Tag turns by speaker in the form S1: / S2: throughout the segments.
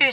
S1: 御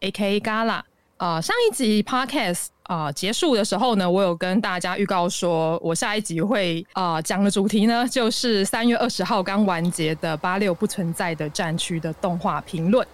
S2: （A.K.A. 嘎啦）。呃，上一集 Podcast 啊、呃结束的时候呢，我有跟大家预告说，我下一集会啊讲的主题呢，就是三月二十号刚完结的《八六不存在的战区》的动画评论。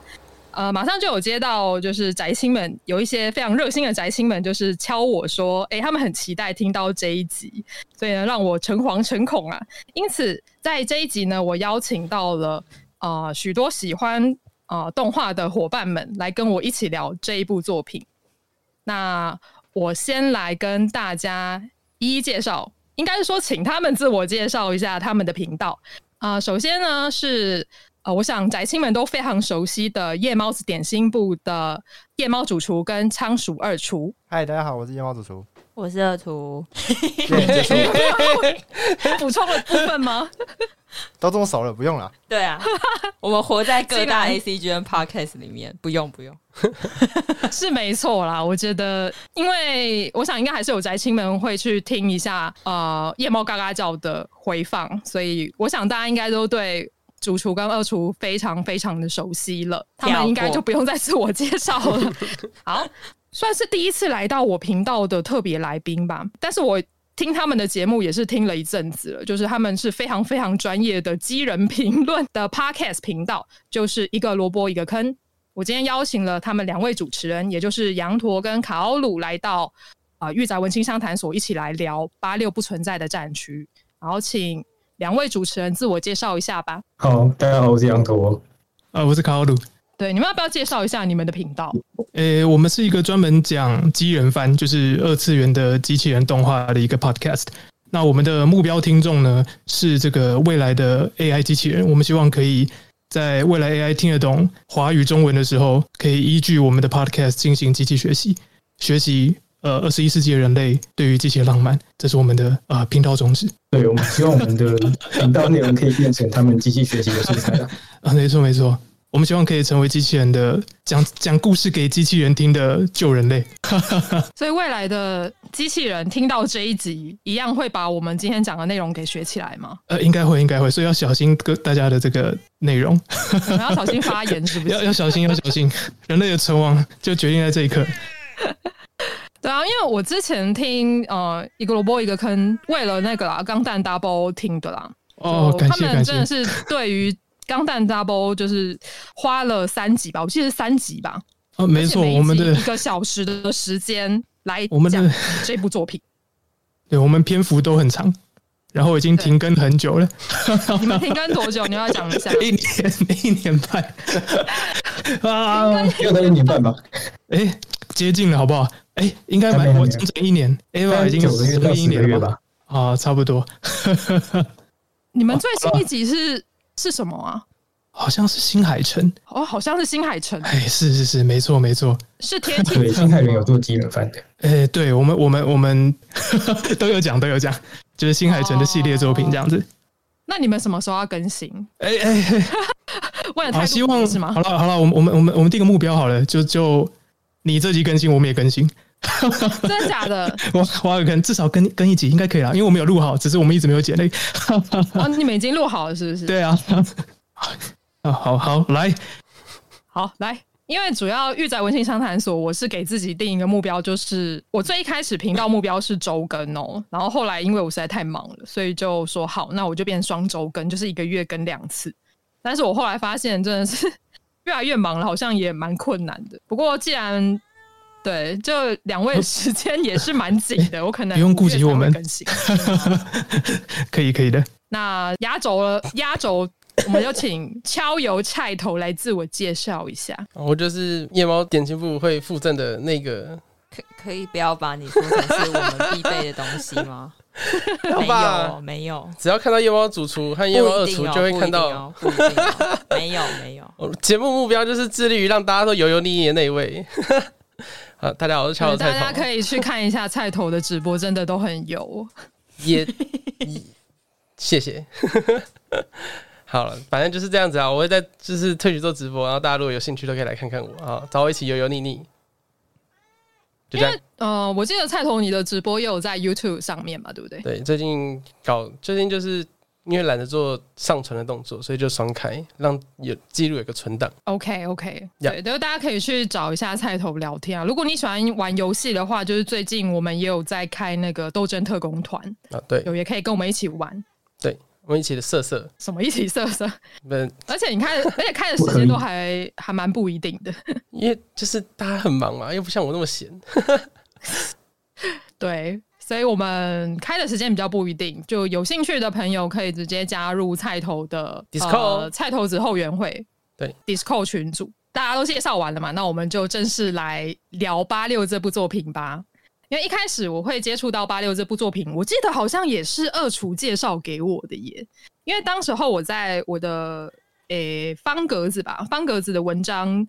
S2: 呃，马上就有接到，就是宅青们有一些非常热心的宅青们，就是敲我说，诶，他们很期待听到这一集，所以呢，让我诚惶诚恐啊。因此，在这一集呢，我邀请到了啊许多喜欢啊动画的伙伴们来跟我一起聊这一部作品。那我先来跟大家一一介绍，应该是说请他们自我介绍一下他们的频道。啊、首先呢是呃，我想宅青们都非常熟悉的夜猫子点心部的夜猫主厨跟仓鼠二厨。
S3: 嗨，大家好，我是夜猫主 厨。
S4: 我是二厨，
S3: 电影结束了，
S2: 补充的部分吗？
S3: 都这么熟了，不 用了。
S4: 对 啊，我们活在各大
S2: 竟然
S4: A C G N podcast 里面，不用不用，
S2: 是没错啦，我觉得，因为我想应该还是有宅青们会去听一下呃夜猫嘎嘎叫的回放，所以我想大家应该都对主厨跟二厨非常非常的熟悉了，他
S4: 跳
S2: 们
S4: 过
S2: 应该就不用再自我介绍了。好，算是第一次来到我频道的特别来宾吧，但是我。听他们的节目也是听了一阵子了，就是他们是非常非常专业的机人评论的 podcast 频道，就是一个萝卜一个坑。我今天邀请了他们两位主持人，也就是羊驼跟卡奥鲁，来到啊御宅文青商谈所一起来聊八六不存在的战区。然后请两位主持人自我介绍一下吧。
S5: 好，大家好，我是羊驼。
S6: 啊，我是卡奥鲁。
S2: 对，你们要不要介绍一下你们的频道？
S6: 诶、我们是一个专门讲机人番，就是二次元的机器人动画的一个 podcast。那我们的目标听众呢是这个未来的 AI 机器人，我们希望可以在未来 AI 听得懂华语中文的时候，可以依据我们的 podcast 进行机器学习，学习呃二十一世纪的人类对于机器的浪漫，这是我们的呃频道宗旨。
S5: 对，我们希望我们的频道内容可以变成他们机器学习的素材啊。
S6: 啊，没错没错，我们希望可以成为机器人的讲讲故事给机器人听的救人类。
S2: 所以未来的机器人听到这一集，一样会把我们今天讲的内容给学起来吗？
S6: 呃，应该会，应该会，所以要小心各大家的这个内容，
S2: 我们要小心发言，是不 是
S6: 要？要小心，要小心。人类的存亡就决定在这一刻。
S2: 对啊，因为我之前听呃一个萝卜一个坑，为了那个啦钢弹 double 听的啦，
S6: 哦，
S2: 就
S6: 感
S2: 他
S6: 谢
S2: 们
S6: 感
S2: 真的
S6: 谢。
S2: 是对于钢弹 double 就是花了三集吧，我记得是三集吧，
S6: 哦，没错，
S2: 而且每一集
S6: 我们的
S2: 一个小时的时间来
S6: 我们
S2: 讲
S6: 的
S2: 这部作品，
S6: 对，我们篇幅都很长，然后已经停更很久了，
S2: 你们停更多久？你要讲 一下。
S6: 一年一年半 啊，
S5: 要到一年半吧，
S6: 哎，接近了，好不好？哎，应该蛮
S5: 还没
S6: 我
S5: 还没
S6: 整整一年，Ava 啊已经
S5: 哎九个月
S6: 十
S5: 到
S6: 一
S5: 十个
S6: 年
S5: 月
S6: 了吧？
S5: 吧。
S6: 啊，差不多，
S2: 你们最新一集是是什么啊？
S6: 好像是新海诚。
S2: 哦，好像是新海诚，
S6: 哎，是是是，没错没错。
S2: 是天气
S5: 对，新海人有做机人番的，
S6: 哎，对我们我们我们 都有讲都有讲，就是新海诚的系列作品这样子。
S2: 那你们什么时候要更新？
S6: 哎哎，哎
S2: 为了太
S6: 好，
S2: 多
S6: 希望
S2: 是吗
S6: 好？了好了，我们我们我们我们定个目标好了，就就你这集更新，我们也更新。
S2: 真的假的？
S6: 我我有跟至少更更一集应该可以啦，因为我们有录好，只是我们一直没有剪那个。
S2: 哦，你们已经录好了是不是？
S6: 对啊， 啊好好来，
S2: 好，来，因为主要玉宅文青商谈所，我是给自己定一个目标，就是我最一开始频道目标是周更哦， 然后后来因为我实在太忙了，所以就说好，那我就变双周更，就是一个月更两次。但是我后来发现真的是越来越忙了，好像也蛮困难的。不过既然对，就两位时间也是蛮紧 的，我可能
S6: 不用
S2: 五月
S6: 顾及
S2: 才
S6: 我
S2: 会
S6: 们
S2: 更新。
S6: 可以可以的。
S2: 那压轴了，压轴我们就请敲油菜头来自我介绍一下。
S7: 我就是夜猫点心部会附赠的那个，
S4: 可可以不要把你说成是我们必备的东西吗？
S7: 要
S4: 没有
S7: 吧
S4: 没有，
S7: 只要看到夜猫主厨和夜猫
S4: 不
S7: 二
S4: 一
S7: 厨
S4: 定哦，
S7: 就会看到。
S4: 不一定哦，不一定哦没有没有，
S7: 我节目目标就是致力于让大家都油油腻腻的那一位。好，大家好，我是 Charles
S2: 大
S7: 菜
S2: 家
S7: 头，
S2: 可以去看一下菜头的直播，真的都很油。
S7: 也也谢谢。 好了，反正就是这样子啊，我会在就是退去做直播，然后大家如果有兴趣都可以来看看我啊，找我一起油油腻腻。就这样，
S2: 呃，我记得菜头你的直播也有在 YouTube 上面嘛，对不对？
S7: 对，最近搞最近就是因为懒得做上传的动作，所以就双开，让有记录有个存档。
S2: OK OK，、
S7: Yeah
S2: 对，就是大家可以去找一下菜头聊天啊。如果你喜欢玩游戏的话，就是最近我们也有在开那个斗争特工团，
S7: 啊，对，
S2: 有也可以跟我们一起玩，
S7: 我们一起的色色，
S2: 什么一起色色。
S7: 不是，
S2: 而且你看，而且开的时间都还还蛮不一定的。
S7: 因为就是大家很忙嘛，又不像我那么闲。
S2: 对，所以我们开的时间比较不一定，就有兴趣的朋友可以直接加入菜头的
S7: Discord
S2: 呃、菜头子后援会，
S7: 对
S2: Discord 群组，大家都介绍完了嘛，那我们就正式来聊《八六》这部作品吧。因为一开始我会接触到《八六》这部作品，我记得好像也是二厨介绍给我的耶，因为当时候我在我的诶、方格子吧，方格子的文章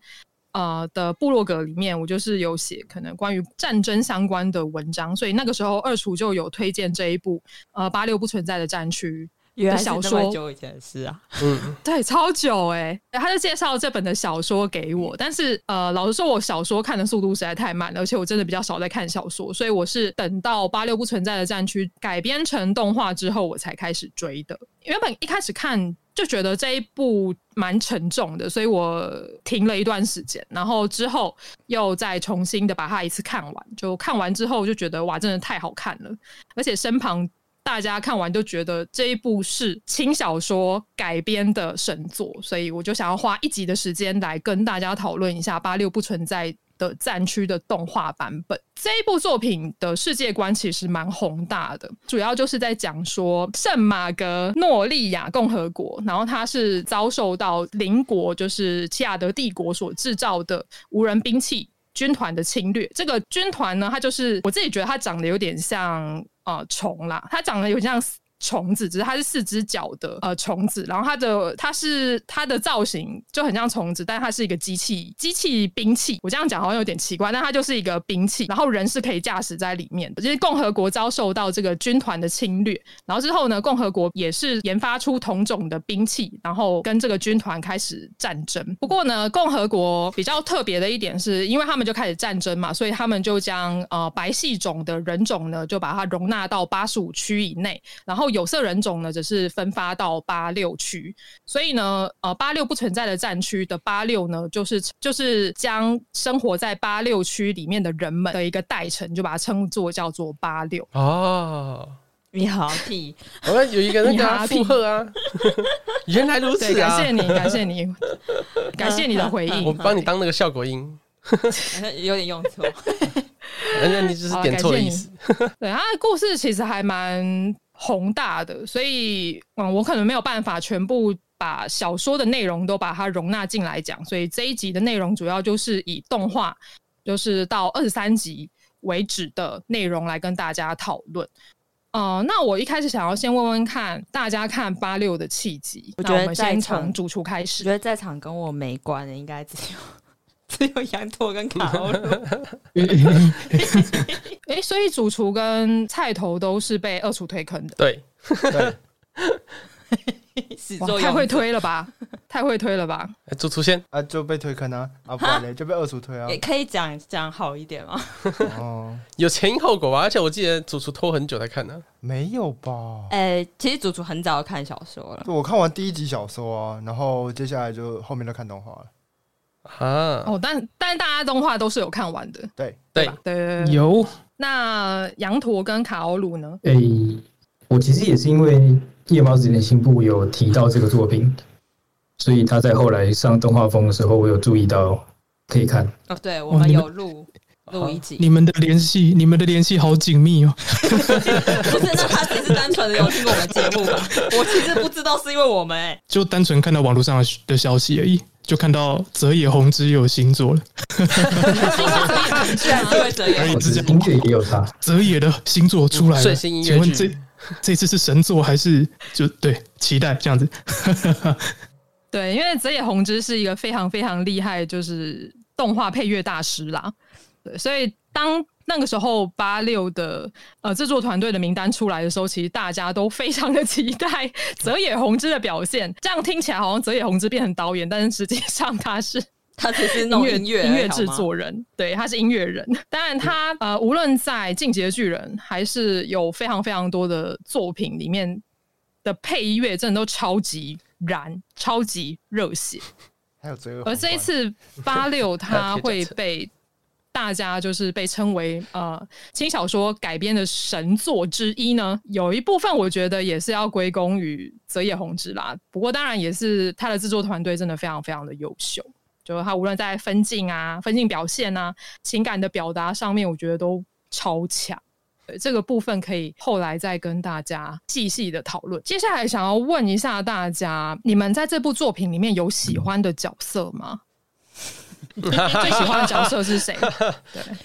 S2: 呃的部落格里面，我就是有写可能关于战争相关的文章，所以那个时候二厨就有推荐这一部呃八六不存在的战区，
S4: 原来
S2: 的
S4: 是
S2: 小
S4: 那
S2: 说
S4: 么久以前的事啊。
S7: 嗯，
S2: 对，超久哎、欸，他就介绍这本的小说给我，但是呃，老实说，我小说看的速度实在太慢了，而且我真的比较少在看小说，所以我是等到《八六不存在的战区》改编成动画之后，我才开始追的。原本一开始看就觉得这一部蛮沉重的，所以我停了一段时间，然后之后又再重新的把它一次看完。就看完之后就觉得哇，真的太好看了，而且身旁大家看完都觉得这一部是轻小说改编的神作，所以我就想要花一集的时间来跟大家讨论一下《八六不存在》。的战区的动画版本，这一部作品的世界观其实蛮宏大的，主要就是在讲说圣马格诺利亚共和国，然后它是遭受到邻国就是奇亚德帝国所制造的无人兵器军团的侵略。这个军团呢，它就是我自己觉得它长得有点像呃虫啦，它长得有点像。虫子，只是它是四只脚的呃虫子，然后它的它是它的造型就很像虫子，但它是一个机器机器兵器。我这样讲好像有点奇怪，但它就是一个兵器，然后人是可以驾驶在里面的。就是共和国遭受到这个军团的侵略，然后之后呢，共和国也是研发出同种的兵器，然后跟这个军团开始战争。不过呢，共和国比较特别的一点是，因为他们就开始战争嘛，所以他们就将呃白系种的人种呢，就把它容纳到八十五区以内，然后有色人种呢，只是分发到八六区。所以呢，呃，八六不存在的战区的八六呢，就是就是将生活在八六区里面的人们的一个代称，就把它称作叫做八六。
S7: 哦，
S4: 你好 屁，
S7: 我们有一个那个啊
S2: 你哈屁
S7: 附和啊， 原来如
S2: 对，
S7: 此啊，
S2: 感谢你，感谢你， 感谢你的回应。
S7: 我帮你当那个效果音，
S4: 好像有点用错。
S7: 反正你只是
S2: 好
S7: 点错了
S2: 感谢
S7: 意思。
S2: 对，他的故事其实还蛮宏大的，所以嗯，我可能没有办法全部把小说的内容都把它容纳进来讲，所以这一集的内容主要就是以动画，就是到二十三集为止的内容来跟大家讨论。呃，那我一开始想要先问问看大家看八六的契机，
S4: 我
S2: 那
S4: 觉得
S2: 我们
S4: 在
S2: 先
S4: 场
S2: 从主厨开
S4: 我
S2: 始
S4: 觉。得在场跟我没关的应该只有 只有羊驼跟卡欧 鲁。
S2: 诶，所以主厨跟菜头都是被二厨推坑的。
S7: 对，
S3: 对，
S4: 始
S2: 哇
S4: 作
S2: 太会
S4: 俑者，
S2: 推了吧，太会推了吧！
S7: 主厨先，
S3: 啊就被推坑啊，啊不然 嘞就被二厨推啊
S4: 也，可以讲讲好一点吗？
S3: 哦，
S7: 有前因后果吧？而且我记得主厨拖很久才看呢、
S3: 没有吧？
S4: 呃、其实祖祖很早就看小说了，
S3: 就我看完第一集小说啊，然后接下来就后面就看动画了。
S7: 啊。
S2: 哦，但但大家动画都是有看完的，
S3: 对，
S7: 对，
S2: 吧对对对对。
S6: 有
S2: 那羊驼跟卡欧鲁呢？
S5: 诶、哎我其实也是因为夜猫子的新部有提到这个作品，所以他在后来上动画风的时候，我有注意到可以看。
S4: 哦，对，我
S6: 哦
S4: 们
S6: 你们
S4: 有录
S2: 哦
S4: 录一集，
S6: 你们的联系，你们的联系好紧密哦。
S4: 不是，那他只是单纯的有听我们节目吧？我其实不知道是因为我们、哎，
S6: 就单纯看到网络上的的消息而已，就看到泽野弘之有新作了，
S4: 居然是为这
S6: 而
S4: 样，
S6: 已
S5: 我
S6: 哎之
S5: 只是
S6: 间
S5: 音乐也有他，
S6: 泽野的新作出来了，
S7: 最新音
S6: 请
S7: 乐
S6: 问
S7: 剧
S6: 这，这次是神作还是就对期待这样子？
S2: 对，因为泽野弘之是一个非常非常厉害，就是动画配乐大师啦。对，所以当那个时候八六的呃制作团队的名单出来的时候，其实大家都非常的期待泽野弘之的表现。这样听起来好像泽野弘之变成导演，但是实际上他是
S4: 他只是
S2: 音
S4: 弄
S2: 乐
S4: 音乐
S2: 音
S4: 而已
S2: 乐制，
S4: 好吗嗯
S2: 作人，对，他是音乐人。当然他，呃，无论在《进击的巨人》还是有非常非常多的作品里面的配乐，真的都超级燃，超级热血。
S3: 还有罪恶。
S2: 而这一，次八六，它会被大家就是被称为呃轻小说改编的神作之一呢。有一部分我觉得也是要归功于泽野弘之啦，不过当然也是他的制作团队真的非常非常的优秀，就是他无论在分镜啊、分镜表现啊、情感的表达上面，我觉得都超强。对这个部分可以后来再跟大家细细的讨论。接下来想要问一下大家，你们在这部作品里面有喜欢的角色吗？ 最喜欢的角色是 谁？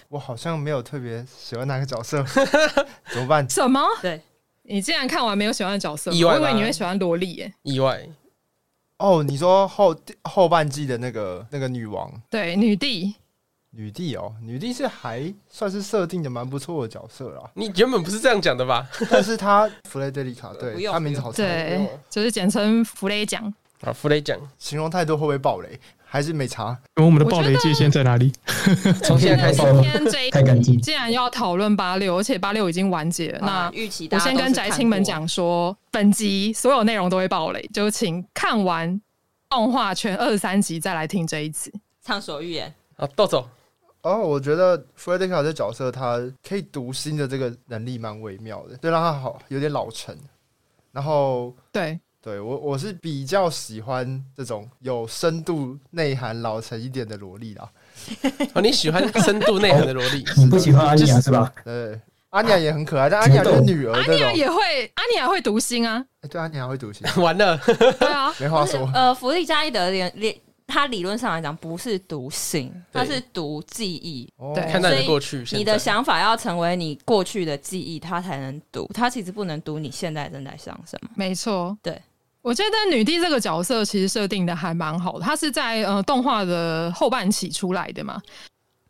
S3: 我好像没有特别喜欢哪个角色， 怎么办？
S2: 什么？
S4: 对，
S2: 你竟然看完没有喜欢的角色吗？
S7: 意外
S2: 我
S7: 吧
S2: 以为你会喜欢萝莉耶。
S7: 意外，，
S3: 哦，你说后后半季的那个那个女王
S2: 对，女帝。
S3: 女帝哦，女帝是还算是设定的蛮不错的角色啦
S7: 你原本不是这样讲的吧？
S3: 但是 她弗雷德里卡，
S4: 不
S3: 对，
S4: 用
S3: 她名字好长，
S2: 对，
S4: 哦
S2: 就是简称弗雷奖。
S7: 啊，弗雷讲，
S3: 形容太多会不会爆雷？还是没查？
S6: 因为我们的暴雷界限在哪里？
S7: 从现在开始
S5: 好
S2: 今天这
S5: 太
S2: 一
S5: 干
S2: 集
S5: 净。
S2: 既然要讨论八六，而且八六已经完结了，那
S4: 啊预期大
S2: 我
S4: 家
S2: 先
S4: 都
S2: 跟
S4: 是
S2: 宅
S4: 看
S2: 青们
S4: 过，
S2: 讲说，本集所有内容都会爆雷，就请看完动画全二十三集再来听这一集。
S4: 畅所欲言，
S7: 啊，豆总，
S3: 哦，我觉得弗雷德里卡这角色他可以读心的这个能力蛮微妙的，就让他好有点老成。然后
S2: 对，
S3: 对我我是比较喜欢这种有深度、内涵、老成一点的萝莉啦。
S7: 哦，你喜欢深度内涵的萝莉，
S4: 哦
S5: 你不喜欢安妮亚是吧？
S3: 对，阿尼亚也很可爱，但阿尼亚就是女儿
S2: 阿
S3: 这
S2: 尼
S4: 哦
S3: 种
S2: 亚。也会，阿尼亚会读心啊，
S3: 哎对，阿尼亚会读心，，
S7: 完了，
S2: 对啊
S3: 没话
S4: 不是
S3: 说。
S4: 呃，弗利加伊德连连他理论上来讲不是读心，他
S7: 对
S4: 是读记忆。
S3: 哦
S2: 对
S7: 看到你的过去，
S4: 哎你
S7: 现在
S4: 的想法要成为你过去的记忆，它才能读。它其实不能读你现在正在想什么。
S2: 没错，
S4: 对。
S2: 我觉得女帝这个角色其实设定的还蛮好的，她是在呃动画的后半期出来的嘛。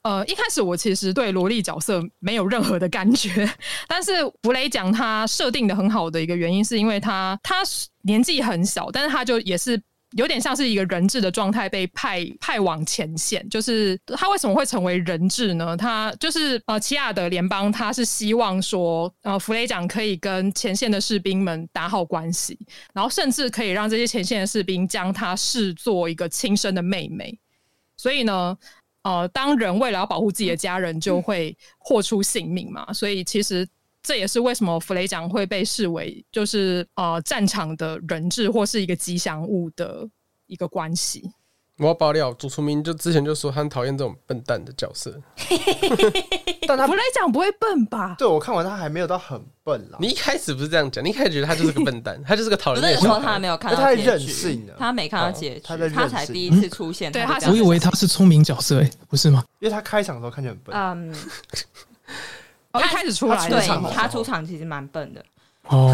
S2: 呃，一开始我其实对萝莉角色没有任何的感觉，但是弗雷讲他设定的很好的一个原因，是因为他他年纪很小，但是他就也是有点像是一个人质的状态被派派往前线。就是他为什么会成为人质呢？他就是呃，奇亚德联邦，他是希望说呃，弗雷讲可以跟前线的士兵们打好关系，然后甚至可以让这些前线的士兵将她视作一个亲生的妹妹。所以呢，呃，当人为了要保护自己的家人，就会豁出性命嘛。所以其实这也是为什么弗雷奖会被视为就是呃战场的人质或是一个吉祥物的一个关系。
S7: 我要爆料，主厨明就之前就说他很讨厌这种笨蛋的角色，
S4: 哦
S3: 但他
S2: 弗雷奖不会笨吧？
S3: 对我看完他还没有到很笨啦。
S7: 你一开始不是这样讲，你一开始觉得他就是个笨 蛋，他就是个讨
S4: 不
S7: 人
S4: 是那
S7: 厌的
S4: 时
S7: 小
S4: 候他还
S7: 孩。
S4: 没有看到
S3: 因为
S4: 结
S3: 他太
S4: 局，
S3: 任性了
S4: 他没看到结局，
S3: 哦他在任性
S4: 他才第一次出现。
S2: 对
S4: 他
S2: 他
S4: 就
S2: 这样
S6: 我以为他是聪明角色、欸，不是吗？
S3: 因为他开场的时候看起来很笨，
S4: 嗯，
S2: 哦，一开始出来的
S4: 对
S2: 时候，
S4: 他出场其实蛮笨的，
S6: 哦，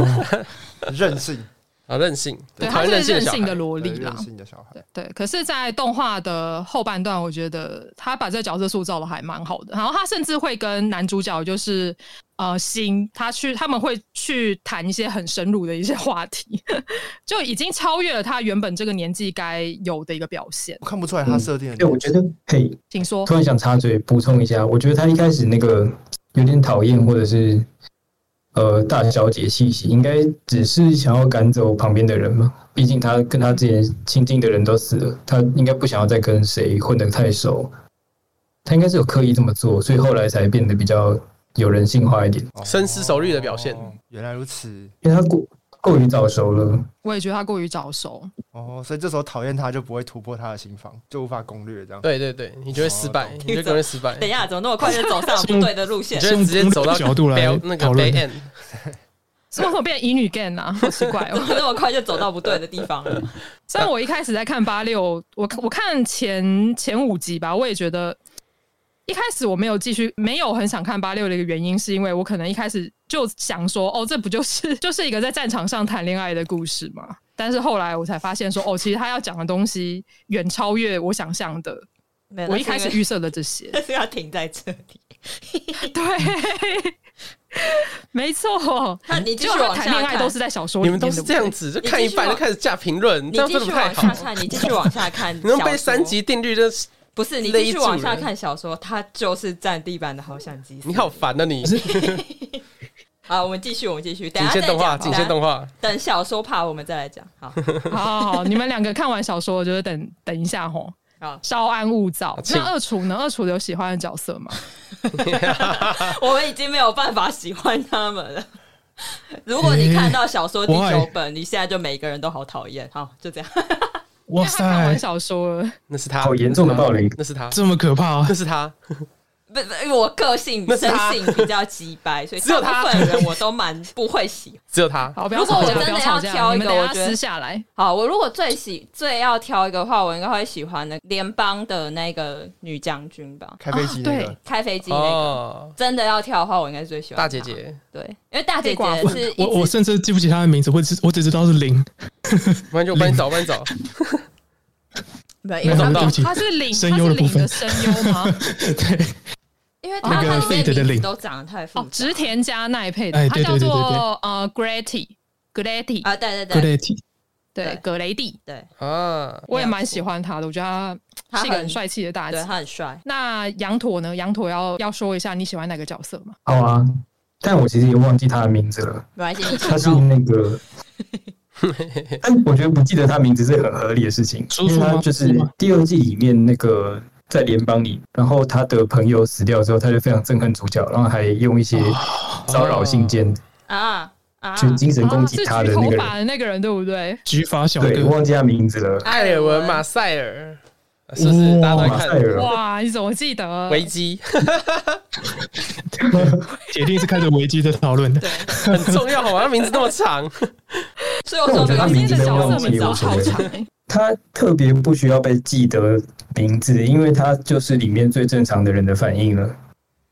S3: 很任性，
S7: 啊，任性，
S2: 对，
S7: 讨
S2: 他
S7: 厌任
S2: 是
S7: 性
S2: 任性的
S7: 的小孩。
S2: 萝
S3: 对
S2: 莉啦
S3: 任。性的小孩。
S2: 对，可是，在动画的后半段，我觉得他把这个角色塑造的还蛮好的。然后他甚至会跟男主角，就是呃，星，他去他们会去谈一些很深入的一些话题， 就已经超越了他原本这个年纪该有的一个表现。
S3: 我看不出来他设定的
S5: 哎，我觉得，嘿，
S2: 请说，
S5: 突然想插嘴补充一下，我觉得他一开始那个有点讨厌，或者是呃大小姐气息，应该只是想要赶走旁边的人嘛。毕竟他跟他之前亲近的人都死了，他应该不想要再跟谁混得太熟。他应该是有刻意这么做，所以后来才变得比较有人性化一点。
S3: 哦
S7: 深思熟虑的表现
S3: 原来如此
S5: 因为他过过于早熟了，
S2: 我也觉得他过于早熟。
S3: 哦，所以这时候讨厌他就不会突破他的心防，就无法攻略这样。
S7: 对对对，你就会失败，你就容易失败。
S4: 哦等一下怎么那么快就走上不对的路
S7: 你
S4: 线
S7: 就？会直接走到
S6: 角度来
S7: bell- 那个
S6: 讨
S7: bay
S6: 论
S7: end，
S2: 为什么变乙女 gay 啊？好奇怪
S4: 怎
S2: 哦
S4: 么！那么快就走到不对的地方了？
S2: 虽然我一开始在看八六，我我看前前五集吧，我也觉得一开始我没有继续，没有很想看八六的一个原因，是因为我可能一开始就想说，哦，这不就是 就是一个在战场上谈恋爱的故事嘛？但是后来我才发现说，哦，其实他要讲的东西远超越我想象的
S4: 没有，
S2: 我一开始预设了这 些，
S4: 但是要停在这里。
S2: 对，没错。
S4: 那你继
S2: 就
S4: 续
S2: 他
S4: 往
S2: 谈恋
S4: 下
S2: 爱
S4: 看，
S2: 都是在小说
S7: 你
S2: 里
S7: 们
S2: 面的，
S7: 都是这样子，就看一半就开始下评论，
S4: 你
S7: 这样
S4: 继
S7: 真的
S4: 续
S7: 不太
S4: 往下
S7: 好。。
S4: 看，你继续往下看
S7: 你能被
S4: 小说
S7: 三级定律的，
S4: 不是你
S7: 勒
S4: 继续
S7: 住
S4: 往下
S7: 了
S4: 看小说，它就是占地板的好想机。
S7: 你好烦啊你！
S4: 好，我们继续，我们继续。等一
S7: 仅
S4: 下
S7: 限
S4: 再
S7: 动画，
S4: 讲，
S7: 仅限动画。
S4: 等小说怕我们再来讲。好，
S2: 对不对。好好好，你们两个看完小说，我觉得等等一下吼，
S4: 好，
S2: 稍安勿
S4: 啊
S2: 躁。
S7: 请
S2: 那二楚呢？二楚有喜欢的角色吗？
S4: 我们已经没有办法喜欢他们了。 如果你看到小说第九本，你现在就每个人都好讨厌。好，就这样。
S6: 哇
S2: 因为他看完
S6: 塞，
S2: 小说了，
S7: 那是他，
S5: 好严重的暴力
S7: 那是他，
S6: 这么可怕、啊
S7: 那！是他，
S4: 不不，我个性
S7: 那
S4: 生
S7: 是他
S4: 性比较鸡掰，所以
S7: 只有
S4: 大
S7: 他
S4: 部分人我都蛮不会喜。
S7: 只有他。
S2: 好，不要
S4: 如果
S2: 吵架，
S4: 我真
S2: 不
S4: 的
S2: 要吵
S4: 要
S2: 架，
S4: 挑一
S2: 你
S4: 个
S2: 们等
S4: 我
S2: 下
S4: 觉得
S2: 私下来。
S4: 好，我如果最喜最要挑一个的话，我应该会喜欢的联邦的那个女将军吧，
S3: 开飞机那个
S2: 对，
S4: 开飞机那个。
S7: 哦，
S4: 真的要挑的话，我应该是最喜欢
S7: 大姐
S4: 她，
S7: 姐，
S4: 对，因为大姐
S2: 黑寡
S4: 姐
S2: 妇
S4: 是一
S6: 我我
S4: 直
S6: 甚至记不起他的名字，我只我只知道是零。
S7: 不然就我帮你找，我帮你找。
S4: 没有，因
S6: 没
S4: 为她
S6: 有对不
S4: 们
S6: 起，
S2: 他是领，
S6: 声
S2: 他
S6: 优
S2: 是
S6: 的部
S2: 领的
S6: 分
S2: 声优吗？
S6: 对，
S4: 因为她
S6: 那个
S4: 们里
S6: Fate
S4: 面名
S6: 的
S4: 字
S6: 领
S4: 都长得太复
S2: 哦
S4: 杂，，
S2: 植田佳奈配的，
S6: 哎
S2: 他
S6: 对对
S2: 叫
S6: 对对
S2: 做呃 Gretty Gretty，
S4: 啊，对对
S6: 格
S4: 对
S6: 雷提，
S2: 对
S4: 对
S2: 葛雷蒂，
S4: 对，
S7: 啊，
S2: 我也蛮喜欢他的，我觉得他
S4: 他
S2: 是一个很
S4: 很
S2: 帅气的大姐
S4: 对。他很帅，
S2: 那羊驼呢？羊驼要要说一下你喜欢哪个角色吗？
S5: 好啊，但我其实也忘记他的名字了。
S4: 没关系，你
S5: 他是
S4: 请让
S5: 那个，但我觉得不记得他名字是很合理的事情，
S6: 叔
S5: 因
S6: 叔
S5: 为
S6: 吗
S5: 他就是
S6: 叔叔吗
S5: 第二季里面那个在联邦里，然后他的朋友死掉之后，他就非常憎恨主角，然后还用一些骚扰信件
S4: 我啊啊，
S5: 去精神攻击
S2: 啊是
S5: 他
S2: 举
S5: 的
S2: 头
S5: 那个人，
S2: 发的那个人，对不对？
S6: 举发小
S5: 对，
S6: 哥，
S5: 忘记他名字了，
S7: 艾尔文马塞尔，是不是？大
S6: 哇
S7: 家都
S5: 马
S7: 在
S5: 塞
S7: 看
S5: 尔，
S2: 哇，你怎么记得？
S7: 维基，
S6: 铁定是开着维基在讨论的。
S4: 对，
S7: 很重要，好吗？他名字那么长，
S4: 所以我说
S5: 我觉
S4: 没
S5: 得他
S4: 关
S2: 里
S4: 系，
S2: 面
S5: 名
S2: 的
S5: 字
S2: 角色
S5: 忘记
S2: 名字
S5: 了
S2: 都
S5: 我觉
S2: 超
S5: 得
S2: 长欸
S5: 他特别不需要被记得名字，因为他就是里面最正常的人的反应了，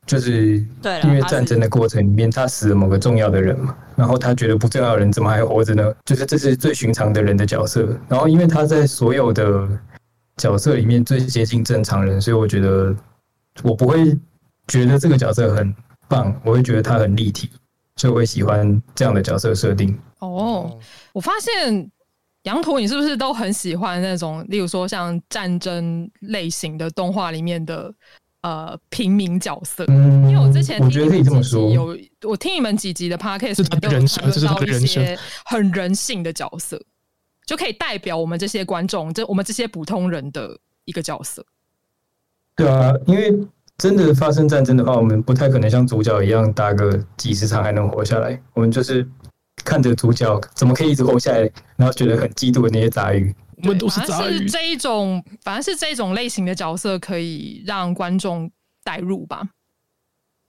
S5: 就是
S4: 对了，
S5: 因为
S4: 他是
S5: 战争的过程里面，他死了某个重要的人嘛，然后他觉得不重要的人怎么还活着呢？就是这是最寻常的人的角色。然后因为他在所有的角色里面最接近正常人，所以我觉得我不会觉得这个角色很棒，我会觉得他很立体，所以我会喜欢这样的角色设定。
S2: 哦，我发现羊驼，你是不是都很喜欢那种，例如说像战争类型的动画里面的呃平民角色？
S5: 嗯，
S2: 因为我之前
S5: 我觉
S2: 听
S5: 得可以
S2: 你
S5: 这么
S2: 们几集
S5: 说，
S2: 有我听你们几集的 podcast，
S6: 是他的人设
S2: 你们都有
S6: 这是他的
S2: 讨论到一些
S6: 人
S2: 很人性的角色，就可以代表我们这些观众，这我们这些普通人的一个角色。
S5: 对啊，因为真的发生战争的话，我们不太可能像主角一样打个几十场还能活下来。我们就是看着主角怎么可以一直活下来，然后觉得很嫉妒的那些杂鱼。
S6: 我们都是
S2: 反
S6: 杂
S2: 正是
S6: 鱼，
S2: 这一种，反正是这一种类型的角色可以让观众代入吧。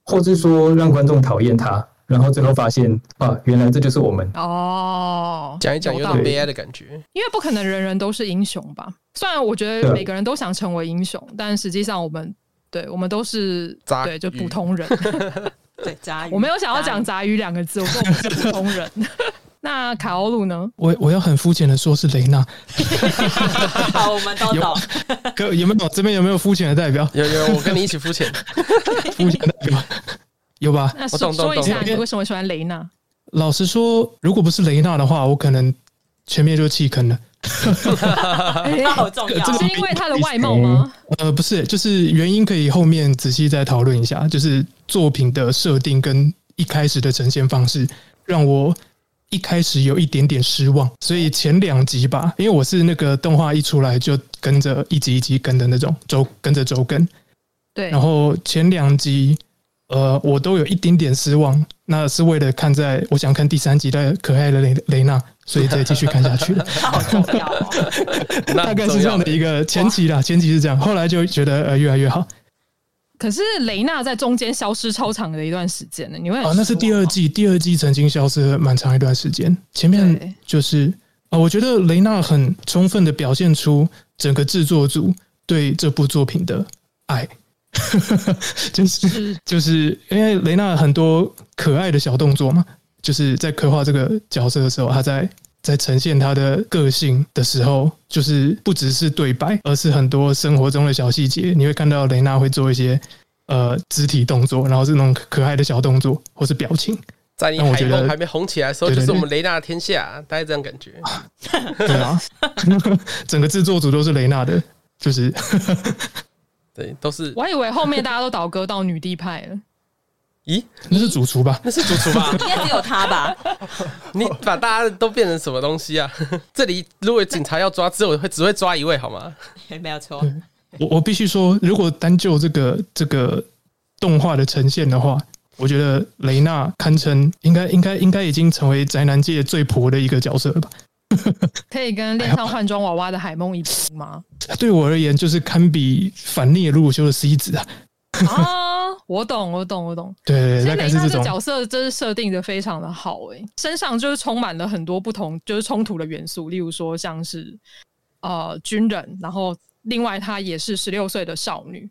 S5: 或是说让观众讨厌他，然后最后发现啊，原来这就是我们。
S2: 哦，
S7: 讲一讲有
S2: 道
S7: 点
S2: 理，
S7: 悲哀的感觉。
S2: 因为不可能人人都是英雄吧。虽然我觉
S5: 对
S2: 得每个人都想成为英雄，但实际上我们。对，我们都是
S7: 杂
S2: 对，就
S7: 鱼
S2: 普通人。
S4: 对渣鱼，
S2: 我没有想要
S4: 渣
S2: 讲“
S4: 鱼
S2: 杂鱼”两个字，我说我们是普通人。 那卡欧鲁呢？
S6: 我我要很肤浅的说是啊雷娜，
S4: 好，我们都
S6: 有
S4: 懂，
S6: 可有没有这边有没有肤浅的代表？
S7: 有有，我跟你一起肤浅。
S6: 肤浅的代表 有吧？
S2: 那
S7: 我
S2: 说
S7: 懂懂
S2: 说一
S7: 懂
S2: 下，
S6: 懂
S2: 你为什么喜欢雷娜？
S6: 老实说，如果不是雷娜的话，我可能前面就弃坑了。
S2: 哎
S4: 他 好重要
S6: 这。
S2: 是因为她的外貌吗？
S6: 呃，不是，就是原因可以后面仔细再讨论一下，就是作品的设定跟一开始的呈现方式，让我一开始有一点点失望。所以前两集吧，因为我是那个动画一出来就跟着一集一集跟的那种周跟着周跟，
S2: 对
S6: 然，后前两集，呃，我都有一点点失望，那是为了看在我想看第三集的可爱的雷雷娜，所以再继续看下去。
S4: 他好重要哦，
S7: 那
S6: 大概是这样的一个前期啦，前期是这样，后来就觉得呃越来越好
S2: 可是雷娜在中间消失超长的一段时间呢，你会很
S6: 啊。那是第二季，第二季曾经消失了蛮长一段时间，前
S2: 对
S6: 面就是啊、我觉得雷娜很充分的表现出整个制作组对这部作品的爱， 就是
S2: 是
S6: 就是因为雷娜很多可爱的小动作嘛，就是在刻画这个角色的时候，她在在呈现他的个性的时候，就是不只是对白，而是很多生活中的小细节。你会看到雷娜会做一些呃肢体动作，然后是那种可爱的小动作或是表情。
S7: 在你
S6: 那我
S7: 海
S6: 觉
S7: 梦
S6: 得
S7: 还没红起来的时候，
S6: 对
S7: 就
S6: 对
S7: 是我们雷纳天下，大概这样感觉。
S6: 对啊， 整个制作组都是雷娜的，就是
S7: 对，都是
S2: 我还以为后面大家都倒戈到女帝派了，
S7: 咦，
S6: 那是主厨吧？
S7: 那是主厨吧？
S4: 应该只有他吧？
S7: 你把大家都变成什么东西啊？ 这里如果警察要抓，只有会只会抓一位好吗？
S4: 没有错，
S6: 我我必须说，如果单就这个这个动画的呈现的话，我觉得雷娜堪称应该应该应该已经成为宅男界最婆的一个角色了吧？
S2: 可以跟恋上换装娃娃的海梦一拼 吗？
S6: 对我而言，就是堪比反逆鲁鲁修的 C 子啊。
S2: 啊，我懂，我懂，我懂。
S6: 对对，对
S2: 所以雷
S6: 大概是
S2: 娜
S6: 这
S2: 这
S6: 种。
S2: 角色真是设定的非常的好诶、身上就是充满了很多不同就是冲突的元素，例如说像是呃军人，然后另外她也是十六岁的少女，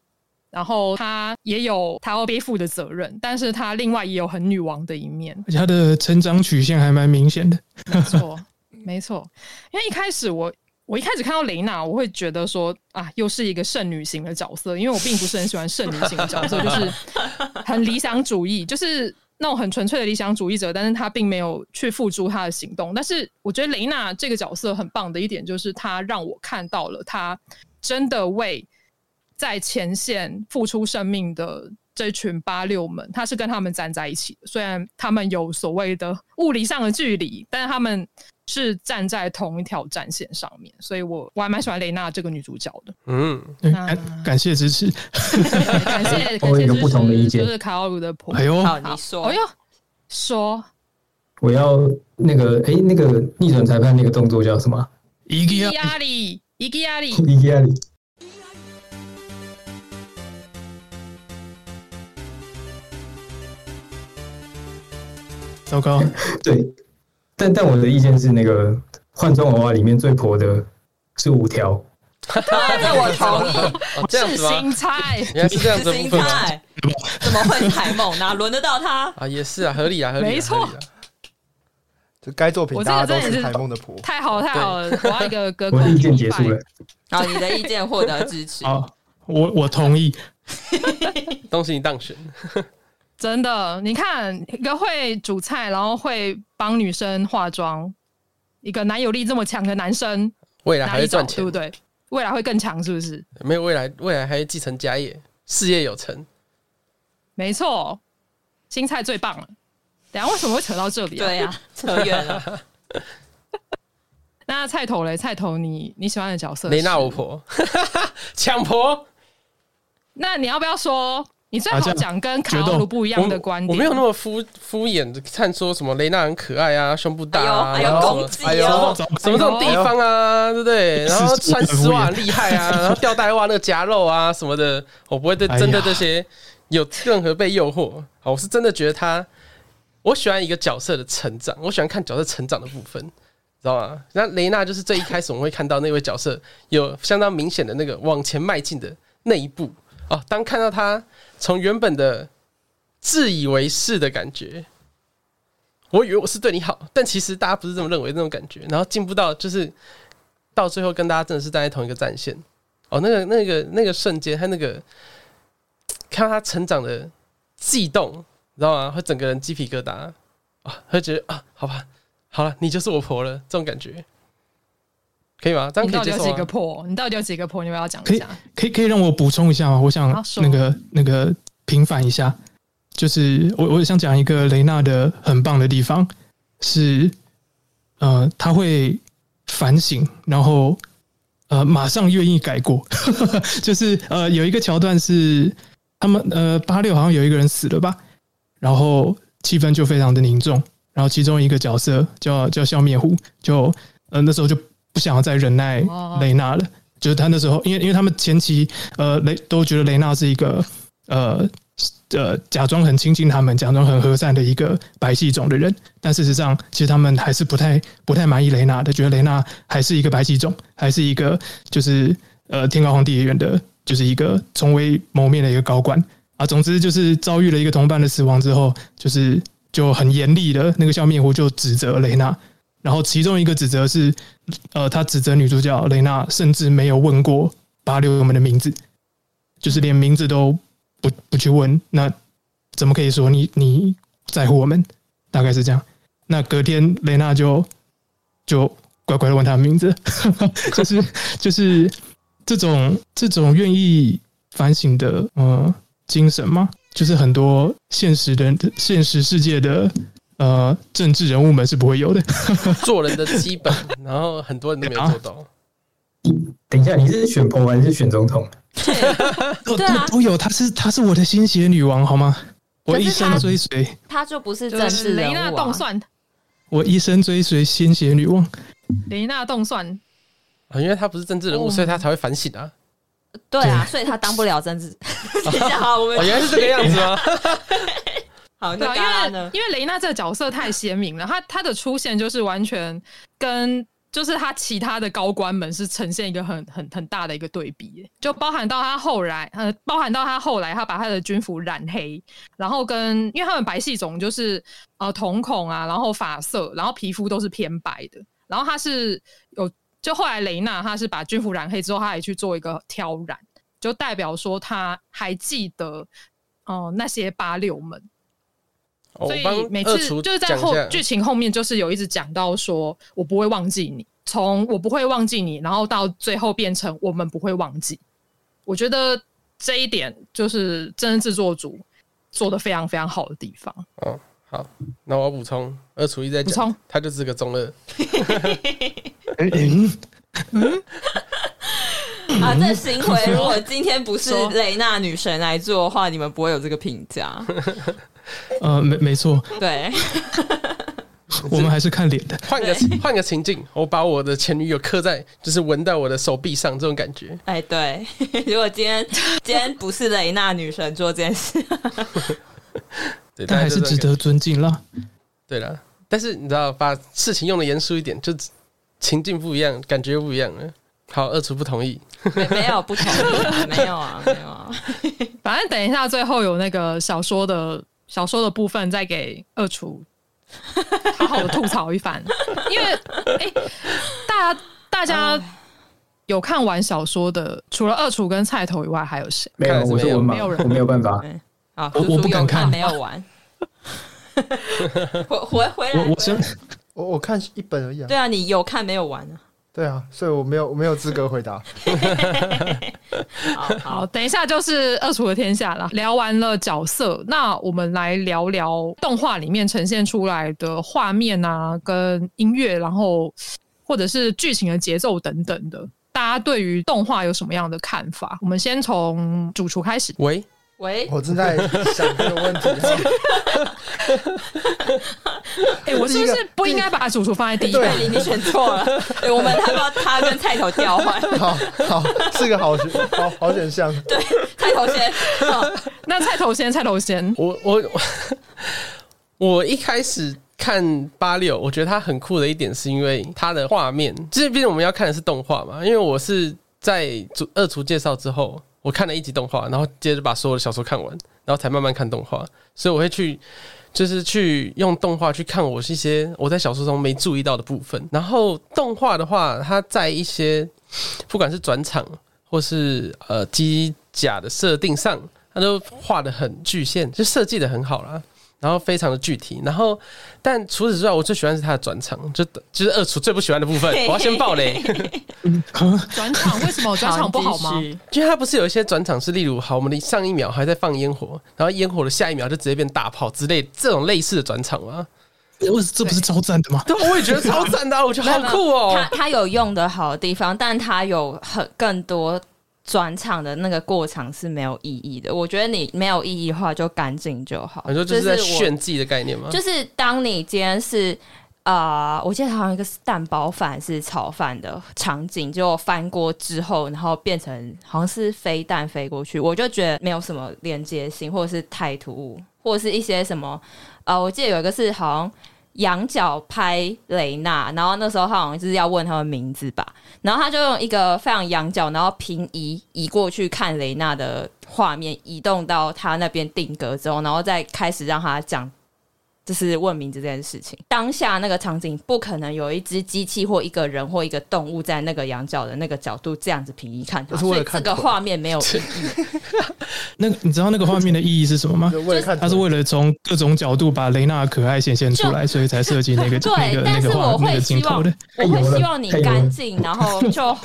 S2: 然后她也有她要背负的责任，但是她另外也有很女王的一面。
S6: 而且他的成长曲线还蛮明显的。
S2: 没错，没错。因为一开始我我一开始看到雷娜，我会觉得说啊，又是一个剩女型的角色，因为我并不是很喜欢剩女型的角色，就是很理想主义，就是那种很纯粹的理想主义者，但是她并没有去付诸她的行动。但是我觉得雷娜这个角色很棒的一点，就是她让我看到了她真的为在前线付出生命的这群八六们，他是跟他们站在一起的。虽然他们有所谓的物理上的距离，但是他们是站在同一条战线上面。所以我我还蛮喜欢雷娜这个女主角的。
S7: 嗯，
S6: 对
S2: 那
S6: 感感谢支持。
S2: 感谢感
S5: 我
S2: 谢支
S5: 有个
S2: 持，
S5: 不同的意见
S2: 就是卡奥鲁的婆。
S6: 哎呦，
S2: 好
S4: 好，你说
S2: 哎，呦，说
S5: 我要那个哎、那个逆转裁判那个动作叫什么啊？
S6: 一个
S2: 伊
S6: 哎呀，
S2: 亚里，伊基亚里，
S5: 伊基亚里。
S6: 糟糕，
S5: 对，但但我的意见是，那个换装娃娃里面最婆的是五条，
S4: 这我同意。
S7: 哦，这样
S2: 是
S7: 子吗？
S2: 新菜。
S7: 原来是这样子的部
S4: 心
S7: 分吗
S4: 态，怎么会是海梦呢？轮得到他？
S7: 啊，也是啊，合理啊，合理啊，
S2: 没错
S7: 合理啊
S3: 就该作品
S2: 我这
S3: 大
S2: 个
S3: 家都
S2: 真的
S3: 是
S2: 是
S3: 海梦的婆，
S2: 太好了，太好了！我要一个哥哥。
S5: 我的意见结束了。
S4: 好，你的意见获得支持。
S6: 好，我我同意。
S7: 恭喜你当选。
S2: 真的，你看一个会煮菜，然后会帮女生化妆，一个男友力这么强的男生，
S7: 未来
S2: 哪
S7: 还
S2: 里
S7: 会
S2: 找
S7: 赚
S2: 对
S7: 钱
S2: 不，对？未来会更强，是不是？
S7: 没有未来，未来还会继承家业，事业有成。
S2: 没错，新菜最棒了。等一下为什么会扯到这里啊？
S4: 对呀，扯远了。
S2: 那菜头嘞，菜头你你喜欢的角色？
S7: 雷纳我。婆， 抢婆，
S2: 那你要不要说？你最好
S6: 啊这样
S2: 讲跟卡
S6: 决
S2: 奥
S6: 斗
S2: 鲁不一样的观
S7: 啊我
S2: 点。
S7: 没有那么敷敷衍的看说什么雷纳很可爱啊，胸部大啊，
S4: 哎呦，还有
S7: 然后
S4: 攻
S7: 什
S4: 击
S7: 么。
S3: 哎
S7: 什
S3: 呦
S4: 哦
S7: 么。什么这种地方啊，对不
S6: 哎
S7: 对？然后穿丝袜很厉害啊，然后吊带袜那个夹肉啊什么的，我不会对
S6: 哎呀
S7: 针对这些有任何被诱惑。好，我是真的觉得他，我喜欢一个角色的成长，我喜欢看角色成长的部分，知道吗？那雷娜就是最一开始我们会看到那位角色有相当明显的那个往前迈进的那一步哦。当看到他从原本的自以为是的感觉，我以为我是对你好，但其实大家不是这么认为那种感觉，然后进步到就是到最后跟大家真的是站在同一个战线。哦，那个那个那个瞬间，他那个看到他成长的悸动，你知道吗？会整个人鸡皮疙瘩啊，会觉得啊，好吧，好了，你就是我婆了，这种感觉，可以吗？这样
S2: 你
S7: 可以
S2: 到底有
S7: 接受啊
S2: 几
S7: 吗
S2: 个？破？你到底有几个破？你要不要讲
S6: 可
S2: 一
S6: 以
S2: 下？
S6: 可以可以让我补充一下吗？我想
S2: 好说
S6: 那个那个平反一下，就是我我想讲一个雷娜的很棒的地方是，呃，他会反省，然后呃马上愿意改过， 就是呃有一个桥段是他们呃八六好像有一个人死了吧，然后气氛就非常的凝重，然后其中一个角色叫叫消灭虎，就呃那时候就不想要再忍耐
S2: 哦
S6: 雷娜了。就是他那时候，因为因为他们前期呃雷都觉得雷娜是一个呃呃假装很亲近他们、假装很和善的一个白系种的人，但事实上其实他们还是不太不太满意雷娜的，觉得雷娜还是一个白系种，还是一个就是呃天高皇帝远的，就是一个从未谋面的一个高官啊。总之就是遭遇了一个同伴的死亡之后，就是就很严厉的那个笑面虎就指责雷娜，然后其中一个指责是，呃，他指责女主角雷娜甚至没有问过八六们的名字，就是连名字都不不去问，那怎么可以说你你在乎我们？大概是这样。那隔天雷娜就就乖乖的问他的名字， 就是就是这种这种愿意反省的呃精神吗？就是很多现实人现实世界的呃政治人物们是不会有的。
S7: 做人的基本，然后很多人都没有做到。
S5: 等一下，你是选婆还是选总统？
S6: 都
S4: 对啊
S6: 哦都有，她是她是我的心血女王，好吗？我
S4: 可是
S6: 一
S4: 她
S6: 生追随，
S4: 他就不是政
S2: 就
S4: 治
S2: 是
S4: 人
S2: 雷
S4: 物、啊
S2: 娜。动算，
S6: 我一生追随鲜血女王。
S2: 雷娜动算，
S7: 啊，因为他不是政治人物，
S2: 哦
S7: 所以他才会反省啊。
S4: 对啊，所以他当不了政治。等一下，好，我
S7: 哦，
S4: 们
S7: 原来是这个样子吗？
S4: 好，
S2: 对
S4: 那
S2: 啊，
S4: 刚刚
S2: 因为
S4: 呢？
S2: 因为雷娜这个角色太鲜明了，她她的出现就是完全跟就是她其他的高官们是呈现一个很很很大的一个对比耶，就包含到她后来呃，包含到她后来她把她的军服染黑，然后跟因为他们白系种就是呃瞳孔啊，然后发色，然后皮肤都是偏白的，然后她是有就后来雷娜她是把军服染黑之后，她还去做一个挑染，就代表说她还记得哦、呃那些八六们。
S7: 哦
S2: 所
S7: 我
S2: 以
S7: 帮
S2: 每
S7: 二
S2: 次
S7: 厨
S2: 就是在
S7: 讲一
S2: 后
S7: 下
S2: 剧情后面，就是有一直讲到说我不会忘记你，从我不会忘记你，然后到最后变成我们不会忘记。我觉得这一点就是真人制作组做的非常非常好的地方。
S7: 哦，好，那我要补充，二厨一直在
S2: 补
S7: 讲
S2: 充，
S7: 他就是个中二。
S4: 哎
S6: 嗯，
S4: 啊，这行为如果今天 不是雷娜女神来做的话，你们不会有这个评价。
S6: 呃，没没错，
S4: 对，
S6: 我们还是看脸的。
S7: 换 个换个情境，我把我的前女友刻在，就是纹到我的手臂上，这种感觉。
S4: 哎，对， 如果今天今天不是雷娜女神做这件事，
S7: 对，
S6: 但
S7: 大概
S6: 还
S7: 就是
S6: 值
S7: 这种感觉。
S6: 得尊敬啦。
S7: 对了，但是你知道，把事情用的严肃一点，就情境不一样，感觉又不一样了。好，二厨不同意。
S4: 没没有不同意，没有 啊，没有啊。
S2: 反正等一下最后有那个小说的小说的部分，再给二厨好好的吐槽一 番，因为哎、大家大
S7: 哦
S2: 家有看完小说的，除了二厨跟菜头以外，还有谁？
S5: 没
S7: 看
S5: 有，
S7: 来是
S5: 我是
S7: 没有
S5: 文盲
S2: 没有人，
S5: 我没有办法。
S4: 啊，
S6: 我
S4: 叔叔
S6: 我不敢
S4: 有
S6: 看
S4: 没有玩。回 回回来，
S6: 我我想
S3: 我我看一本而已啊
S4: 对。啊，你有看没有玩啊？
S3: 对啊，所以我没有我没有资格回 答。
S4: 好
S2: 好，
S4: 好，
S2: 等一下就是二厨的天下啦。聊完了角色，那我们来聊聊动画里面呈现出来的画面啊，跟音乐，然后或者是剧情的节奏等等的。大家对于动画有什么样的看法？我们先从主厨开始。
S7: 喂，
S4: 喂，
S3: 我正在想这个问题哈。
S2: 哎、我是不是不应该把主厨放在第一
S3: 对
S6: 啊
S4: 贝林，你选错 了。对我们他要他跟菜头交换，
S3: 好好是个好选好好选项。
S4: 对，菜头先。好
S2: 那菜头先，菜头先，
S7: 我我 我我一开始看八六，我觉得它很酷的一点是因为它的画面，就是毕竟我们要看的是动画嘛。因为我是在主二厨介绍之后，我看了一集动画，然后接着把所有的小说看完，然后才慢慢看动画，所以我会去。就是去用动画去看我是一些我在小说中没注意到的部分，然后动画的话，它在一些不管是转场或是呃机甲的设定上，它都画的很具现，就设计的很好啦，然后非常的具体。然后，但除此之外，我最喜欢的是它的转场，就就是二厨最不喜欢的部分，我要先爆雷。
S2: 转场为什么转场不好 吗？？
S4: 你继续
S7: 因为它不是有一些转场是，例如好，我们的上一秒还在放烟火，然后烟火的下一秒就直接变大炮之类这种类似的转场吗？
S6: 我这不是超赞的吗？
S7: 对，我也觉得超 赞的啊、我觉得好酷
S4: 他
S7: 哦。
S4: 他有用的好的地方，但他有很更多转场的那个过程是没有意义的。我觉得你没有意义的话，就干净就好。
S7: 你说就是在
S4: 我
S7: 炫技的概念吗？
S4: 就是当你今天是啊、呃我记得好像有一个是蛋包饭是炒饭的场景，就翻锅之后，然后变成好像是飞弹飞过去，我就觉得没有什么连接性，或者是太突兀，或者是一些什么呃，我记得有一个是好像。仰角拍雷娜，然后那时候他好像就是要问他们名字吧，然后他就用一个非常仰角，然后平移移过去看雷娜的画面，移动到他那边定格之后，然后再开始让他讲就是问名字这件事情。当下那个场景不可能有一只机器或一个人或一个动物在那个仰角的那个角度这样子平移看它，
S3: 就是为
S4: 所
S3: 了
S4: 以这
S3: 看
S4: 个
S3: 腿
S4: 画面没有意义。
S6: 那个你知道那个画面的意义是什么吗？
S3: 就为了看
S6: 他是为了从各种角度把雷娜的可爱显现出来，所以才设计那个那
S4: 对
S6: 个，
S4: 但
S6: 那
S4: 是
S6: 个
S4: 我
S6: 画那
S4: 会
S6: 个镜
S4: 希
S6: 头
S4: 望
S6: 的。，
S4: 我
S5: 太油
S4: 会
S5: 了
S4: 希望你
S5: 太油了
S4: 干净，然后就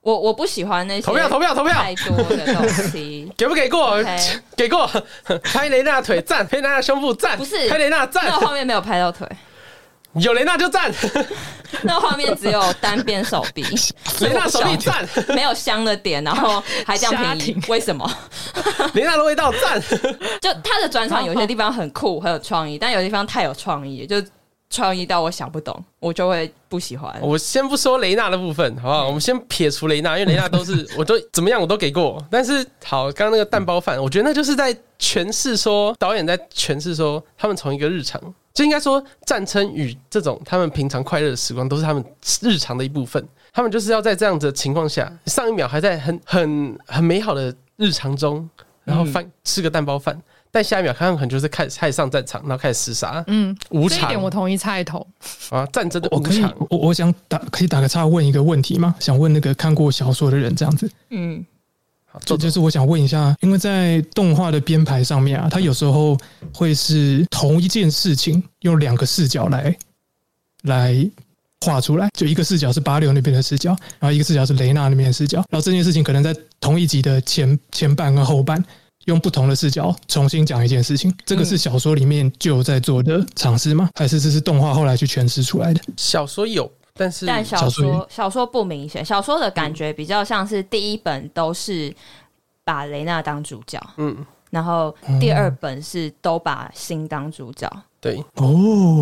S4: 我我不喜欢那些
S7: 投票投票投票
S4: 太多的东西。
S7: 给不给过
S4: OK
S7: 给过， 拍雷娜腿赞，拍雷娜胸部赞，
S4: 不是
S7: 拍雷娜
S4: 那
S7: 赞，
S4: 个画面没有拍到腿，
S7: 有雷娜就赞，
S4: 那个画面只有单边手臂，
S7: 雷娜手臂
S4: 所以
S7: 赞，
S4: 我笑没有香的点，然后还这样
S2: 瞎
S4: 平
S2: 停
S4: 移，为什么？
S7: 雷娜的味道赞，
S4: 就他的转场有些地方很酷，很有创意，但有些地方太有创意，就创意到我想不懂，我就会不喜欢。
S7: 我先不说雷娜的部分，好不好？我们先撇除雷娜，因为雷娜 都是我都怎么样我都给过。但是好，刚刚那个蛋包饭，我觉得那就是在诠释说导演在诠释说他们从一个日常，就应该说战争与这种他们平常快乐的时光都是他们日常的一部分。他们就是要在这样子的情况下，上一秒还在很很很美好的日常中，然
S2: 嗯
S7: 后饭、吃个蛋包饭，但下一秒他们可能就是开始开始上战场，然后开始厮杀
S2: 嗯，
S7: 无
S2: 这一点
S7: 常
S2: 我同意菜头。
S7: 啊，战争的
S6: 我
S7: 无
S6: 可以
S7: 常。，
S6: 我我想打可以打个岔问一个问题吗？想问那个看过小说的人这样子，
S4: 嗯，
S7: 好
S6: 这
S7: 做
S6: 就是我想问一下，因为在动画的编排上面啊，它有时候会是同一件事情用两个视角来来画出来，就一个视角是八六那边的视角，然后一个视角是雷娜那边的视角，然后这件事情可能在同一集的前前半跟后半。用不同的视角重新讲一件事情，这个是小说里面就有在做的尝试吗？还是这是动画后来去诠释出来的？
S7: 小说有，但是
S4: 但小
S6: 小
S4: 说
S6: 说
S4: 小说不明显，小说的感觉比较像是第一本都是把雷娜当主角，
S7: 嗯，
S4: 然后第二本是都把心当主角，
S7: 对
S6: 哦，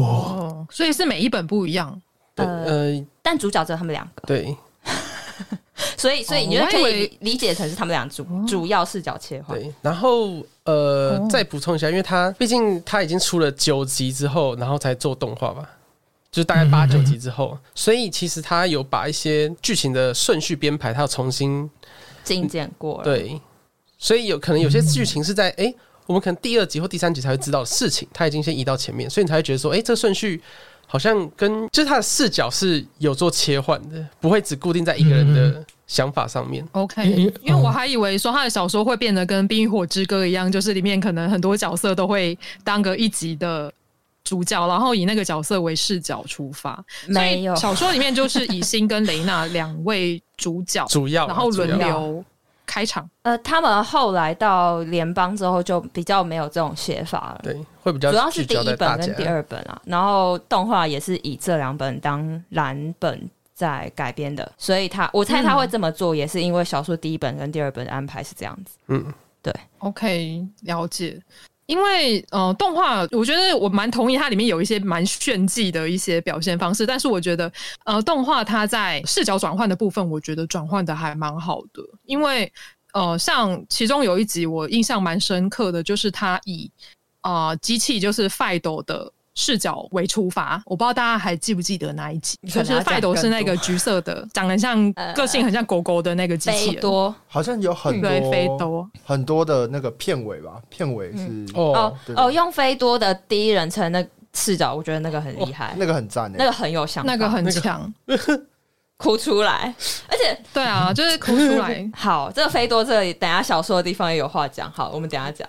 S2: 哦，所以是每一本不一样。
S7: 对
S4: 呃
S7: 呃
S4: 但主角只有他们两个，
S7: 对，
S4: 所以所以
S2: 哦
S4: 你就
S2: 我还
S4: 可
S2: 以
S4: 以哦
S2: 为
S4: 理解成是他们俩主、主要视角切换。
S7: 对，然后呃、
S2: 哦
S7: 再补充一下，因为他毕竟他已经出了九集之后，然后才做动画吧，就是大概八九集之后，所以其实他有把一些剧情的顺序编排，他要重新
S4: 精简过了，，
S7: 对，所以有可能有些剧情是在诶，我们可能第二集或第三集才会知道的事情，他已经先移到前面，所以你才会觉得说，诶，这顺序好像跟就是他的视角是有做切换的，不会只固定在一个人的想法上面。
S2: OK，
S6: 因因
S2: 因为
S6: 嗯
S2: 我还以为说他的小说会变得跟《冰与火之歌》一样，就是里面可能很多角色都会当个一集的主角，然后以那个角色为视角出发。所以
S4: 没有
S2: 小说里面就是以星跟雷娜两位主角，
S7: 主要啊
S2: 然后
S7: 主要
S2: 轮流开场。
S4: 呃，他们后来到联邦之后就比较没有这种写法了。
S7: 对，会比较
S4: 主要是
S7: 聚
S4: 第
S7: 焦
S4: 一
S7: 在大
S4: 本
S7: 家
S4: 跟第二本啊，然后动画也是以这两本当蓝本在改编的，所以他我猜他会这么做，也是因为小说第一本跟第二本的安排是这样子。
S7: 嗯，
S2: OK，了解。因为呃，动画我觉得我蛮同意它里面有一些蛮炫技的一些表现方式，但是我觉得呃，动画它在视角转换的部分，我觉得转换的还蛮好的。因为呃，像其中有一集我印象蛮深刻的，就是它以呃机器就是 Fido 的视角为出发，我不知道大家还记不记得那一集，
S4: 你可
S2: 就
S4: 能
S2: 是
S4: 要讲
S2: Fido 是
S4: 更
S2: 那个
S4: 多
S2: 橘色的，长得很像
S4: 呃
S2: 个性很像狗狗的那个机器
S4: 贝
S2: 人，
S4: 多
S3: 好像有很
S2: 对，
S3: 多
S2: 飞多。
S3: 很多的那个片尾吧，片尾是、
S2: 嗯
S7: 哦
S4: 哦，
S3: 对
S4: 哦，用飞多的第一人称那视角，我觉得那个很
S7: 哦
S4: 厉害，
S3: 那个很赞诶、欸
S4: 那个很有想法，
S2: 那个很
S7: 那个
S2: 强，
S4: 哭出来。而且
S2: 对啊，就是哭出来。
S4: 好，这个飞多这里等一下小说的地方也有话讲，好，我们等一下讲。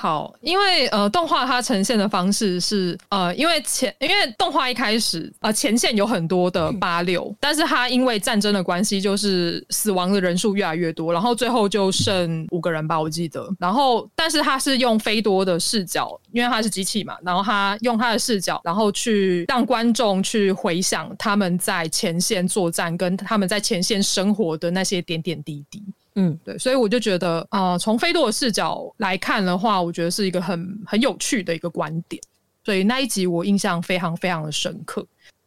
S2: 好，因为呃，动画它呈现的方式是呃，因为前因为动画一开始呃，前线有很多的八六，但是它因为战争的关系，就是死亡的人数越来越多，然后最后就剩五个人吧，我记得。然后，但是它是用飞多的视角，因为它是机器嘛，然后它用它的视角，然后去让观众去回想他们在前线作战跟他们在前线生活的那些点点滴滴。
S4: 嗯，
S2: 对，所以我就觉得，呃，从飞度的视角来看的话，我觉得是一个很很有趣的一个观点。所以那一集我印象非常非常的深刻。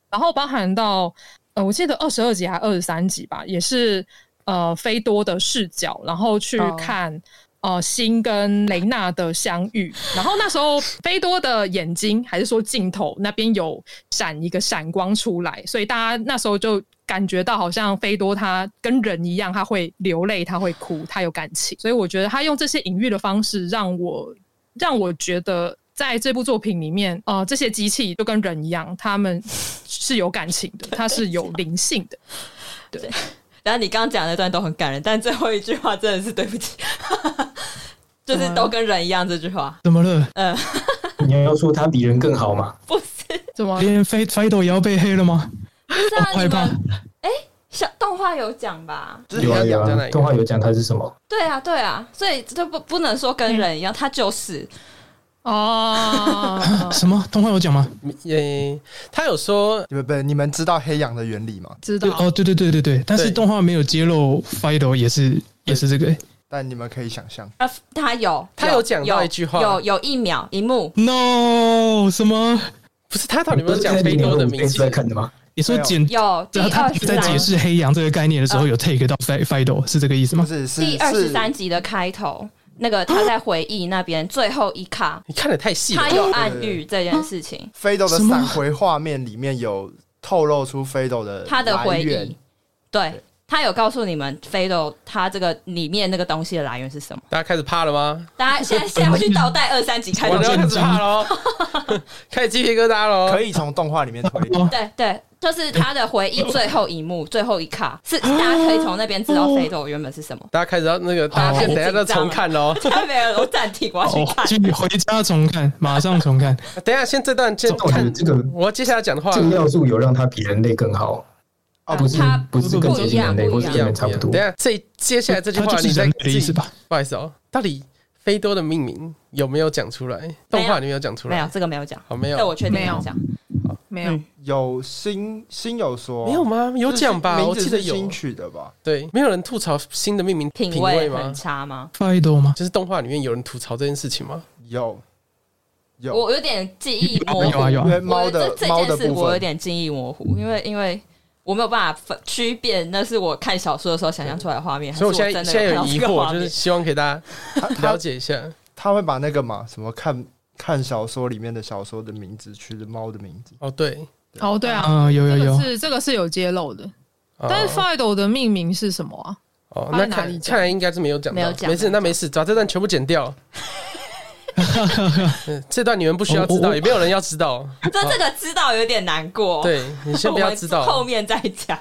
S2: 然后包含到，呃，我记得二十二集还二十三集吧，也是呃飞多的视角，然后去
S4: 哦
S2: 看、呃星跟雷娜的相遇。然后那时候飞多的眼睛还是说镜头那边有闪一个闪光出来，所以大家那时候就感觉到好像飞多他跟人一样，他会流泪，他会哭，他有感情。所以我觉得他用这些隐喻的方式，让我让我觉得。在这部作品里面，呃，这些机器就跟人一样，他们是有感情的，它是有灵性的。
S4: 然后你刚刚讲的那段都很感人，但最后一句话真的是对不起， 就是都跟人一样这句话。
S6: 怎么了？
S5: 你要说他比人更好嘛？
S4: 不是，
S2: 怎 么？
S6: 连 Fate Fido 也要被黑了吗？
S4: 是啊，
S6: 我哦害
S4: 你
S6: 怕
S4: 们小动画有讲吧？
S7: 就是
S5: 有
S7: 你
S5: 啊
S7: 要
S5: 有
S7: 讲在哪
S5: 啊，
S7: 一
S5: 动
S7: 个？
S5: 画有讲他是什么？
S4: 对啊，对啊，所以这不不能说跟人一样，他就是
S2: 哦，
S6: 什么动画有讲吗？
S7: 嗯，他有说
S3: 你们不，你们知道黑羊的原理吗？
S2: 知
S6: 对
S2: 道。
S6: 哦，对对对对对，但是
S7: 对
S6: 动画没有揭露 Fido 也是也是这个。
S3: 但你们可以想象，
S4: 啊，他有，
S7: 他有讲到一句话
S4: 有有一秒一幕，
S6: No，什么？
S7: 不是他到底有没有讲
S5: 你
S7: 非洲的名
S5: 是在
S7: 字？
S5: 看的吗？
S6: 你说
S3: 没有
S6: 简
S4: 有第
S6: 然后啊他
S4: 二十
S6: 在解
S4: 三
S6: 释黑羊这个概念的
S2: 啊
S6: 时候，有 take 到 fi- Fido 是这个意思
S3: 不
S6: 吗？
S3: 是是
S4: 第二十
S3: 是
S4: 三集的开头，那个他在回忆那边最后一卡，
S7: 你看的太细了
S4: 他。有暗喻这件事情，
S3: 飞斗的
S6: 什么
S3: 闪回画面里面有透露出飞斗的
S4: 他的
S3: 来
S4: 回
S3: 源
S4: 忆，对。他有告诉你们飞斗他这个里面那个东西的来源是什么？
S7: 大家开始怕了吗？
S4: 大家现 在现在回去倒带二三集开
S7: 我
S4: 头
S7: 们
S6: 完
S7: 要
S6: 了
S7: 开始怕喽， 开始鸡皮疙瘩哦喽。
S3: 可以从动画里面推。
S6: 哦，
S4: 对对，就是他的回忆最后一幕、最后一卡，是大家可以从那边知
S7: 哦
S4: 道飞豆原本是什么。
S7: 大家开始要那个，大家
S4: 好
S7: 先等一下再重看哦喽。
S4: 他没有，我暂停，我要去
S6: 哦
S4: 看。
S6: 继续回家重看，马上重 看。
S7: 等一下，先这段先
S5: 但我觉得
S7: 看。
S5: 这个
S7: 我接下来讲的话
S5: 这个要素有让他比人类更好，
S3: 啊
S5: 不是
S4: 他
S5: 不是更接
S4: 不一
S5: 近
S4: 样
S5: 人类，
S4: 不
S5: 或
S4: 一
S5: 是
S4: 样
S7: 一
S5: 跟
S7: 样
S5: 人
S7: 不
S5: 差
S7: 一
S5: 不
S7: 样。啊
S5: 多
S7: 等一。下，这接下来这句话
S6: 它就
S7: 你
S6: 是
S7: 再
S6: 人类的意思
S7: 自己
S6: 吧？
S7: 不好意思哦，到底飞多的命名有没有讲出来？动画里面有讲出来？
S4: 没有，这个没有讲，
S7: 好，没
S4: 这
S7: 有，
S4: 我确定
S2: 没有
S4: 有讲。
S2: 没有
S4: 嗯，
S3: 有新新有说
S7: 没有吗？有讲吧？
S3: 名
S7: 我
S3: 字
S7: 记得
S3: 是
S7: 有
S3: 新。取的吧？
S7: 对，没有人吐槽新的命名
S4: 品
S7: 味
S4: 味
S7: 吗
S4: 很？差吗？
S6: Fido 吗？
S7: 就是动画里面有人吐槽这件事情吗？
S3: 有有，
S4: 我有点记忆模
S6: 有啊
S4: 糊。
S6: 有
S3: 因
S6: 啊
S3: 为猫的
S4: 我这
S3: 猫
S4: 这
S3: 的
S4: 件事
S3: 部
S4: 我有
S3: 分，
S4: 点记忆模糊，因为因为我没有办法分区辨那是我看小说的时候想象出来的画面，还是
S7: 所以
S4: 哎我
S7: 我现
S4: 真
S7: 在
S4: 的
S7: 现在
S4: 看
S7: 有
S4: 到
S7: 疑
S4: 这个
S7: 惑，
S4: 画
S7: 就是
S4: 面。
S7: 希望给大
S3: 他
S7: 家 了
S3: 他
S7: 解一下。
S3: 他会把那个嘛什么看看小说里面的小说的名字取的猫的名字，
S7: 哦，对，
S2: 哦，对啊，
S6: 啊，有有
S2: 这个
S6: 有，
S2: 是这个是有揭露的。
S7: 哦
S2: 但是 Fido 的命名是什么啊？
S7: 哦，
S2: 他
S7: 那
S2: 在哪里
S7: 看
S2: 讲
S7: 看来应该是没有讲到，
S4: 没有讲
S7: 没事，那没事，把这段全部剪掉。嗯这段你们不需要知
S6: 我
S7: 道，
S6: 我
S7: 也没有人要知道。
S4: 这这个知道有点难过，，
S7: 对你先不要知
S4: 后
S7: 道，
S4: 面再讲。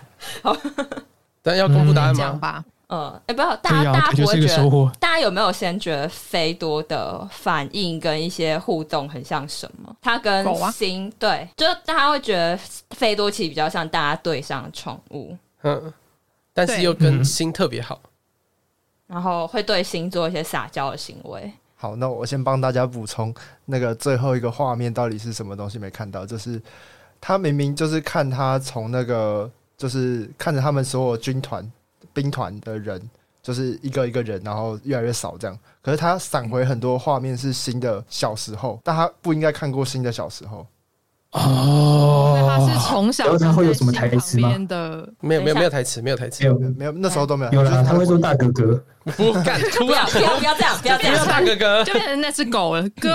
S5: 嗯
S7: 但要公布答案
S2: 讲
S7: 吗？
S2: 吧，
S4: 嗯，哎、不要，
S6: 对
S4: 大家、
S6: 啊，
S4: 大家
S6: 这就
S4: 不
S6: 是
S4: 会
S6: 一个
S4: 觉
S6: 收
S4: 得，
S6: 获。
S4: 大家有没有先觉得飞多的反应跟一些互动很像什么？它跟
S2: 狗啊
S4: 星、对，就是大家会觉得飞多其实比较像大家对上的宠物，
S7: 嗯，但是
S2: 对
S7: 又跟
S6: 嗯
S7: 心特别好。
S4: 然后会对星做一些撒娇的行为。
S3: 好，那我先帮大家补充那个最后一个画面到底是什么东西没看到，就是他明明就是看他从那个就是看着他们所有军团兵团的人，就是一个一个人，然后越来越少这样。可是他闪回很多画面是新的小时候，但他不应该看过新的小时候。
S2: 因为他
S6: 哦，
S2: 是从小
S5: 然后他会有什么台词吗
S2: 旁边的
S7: 没有没有
S4: 等一下
S7: 没有台词，没有台词
S5: 没。有
S3: 没有，那时候都没有。
S5: 嗯有
S3: 就是
S5: 啦，他会说
S3: 回
S5: 大哥哥，
S7: 不敢哭
S4: 不要
S7: 啊！
S4: 不要不要这样，不要
S7: 不
S4: 这样
S7: 要。大 哥哥
S2: 就。变成那只狗了。 哥，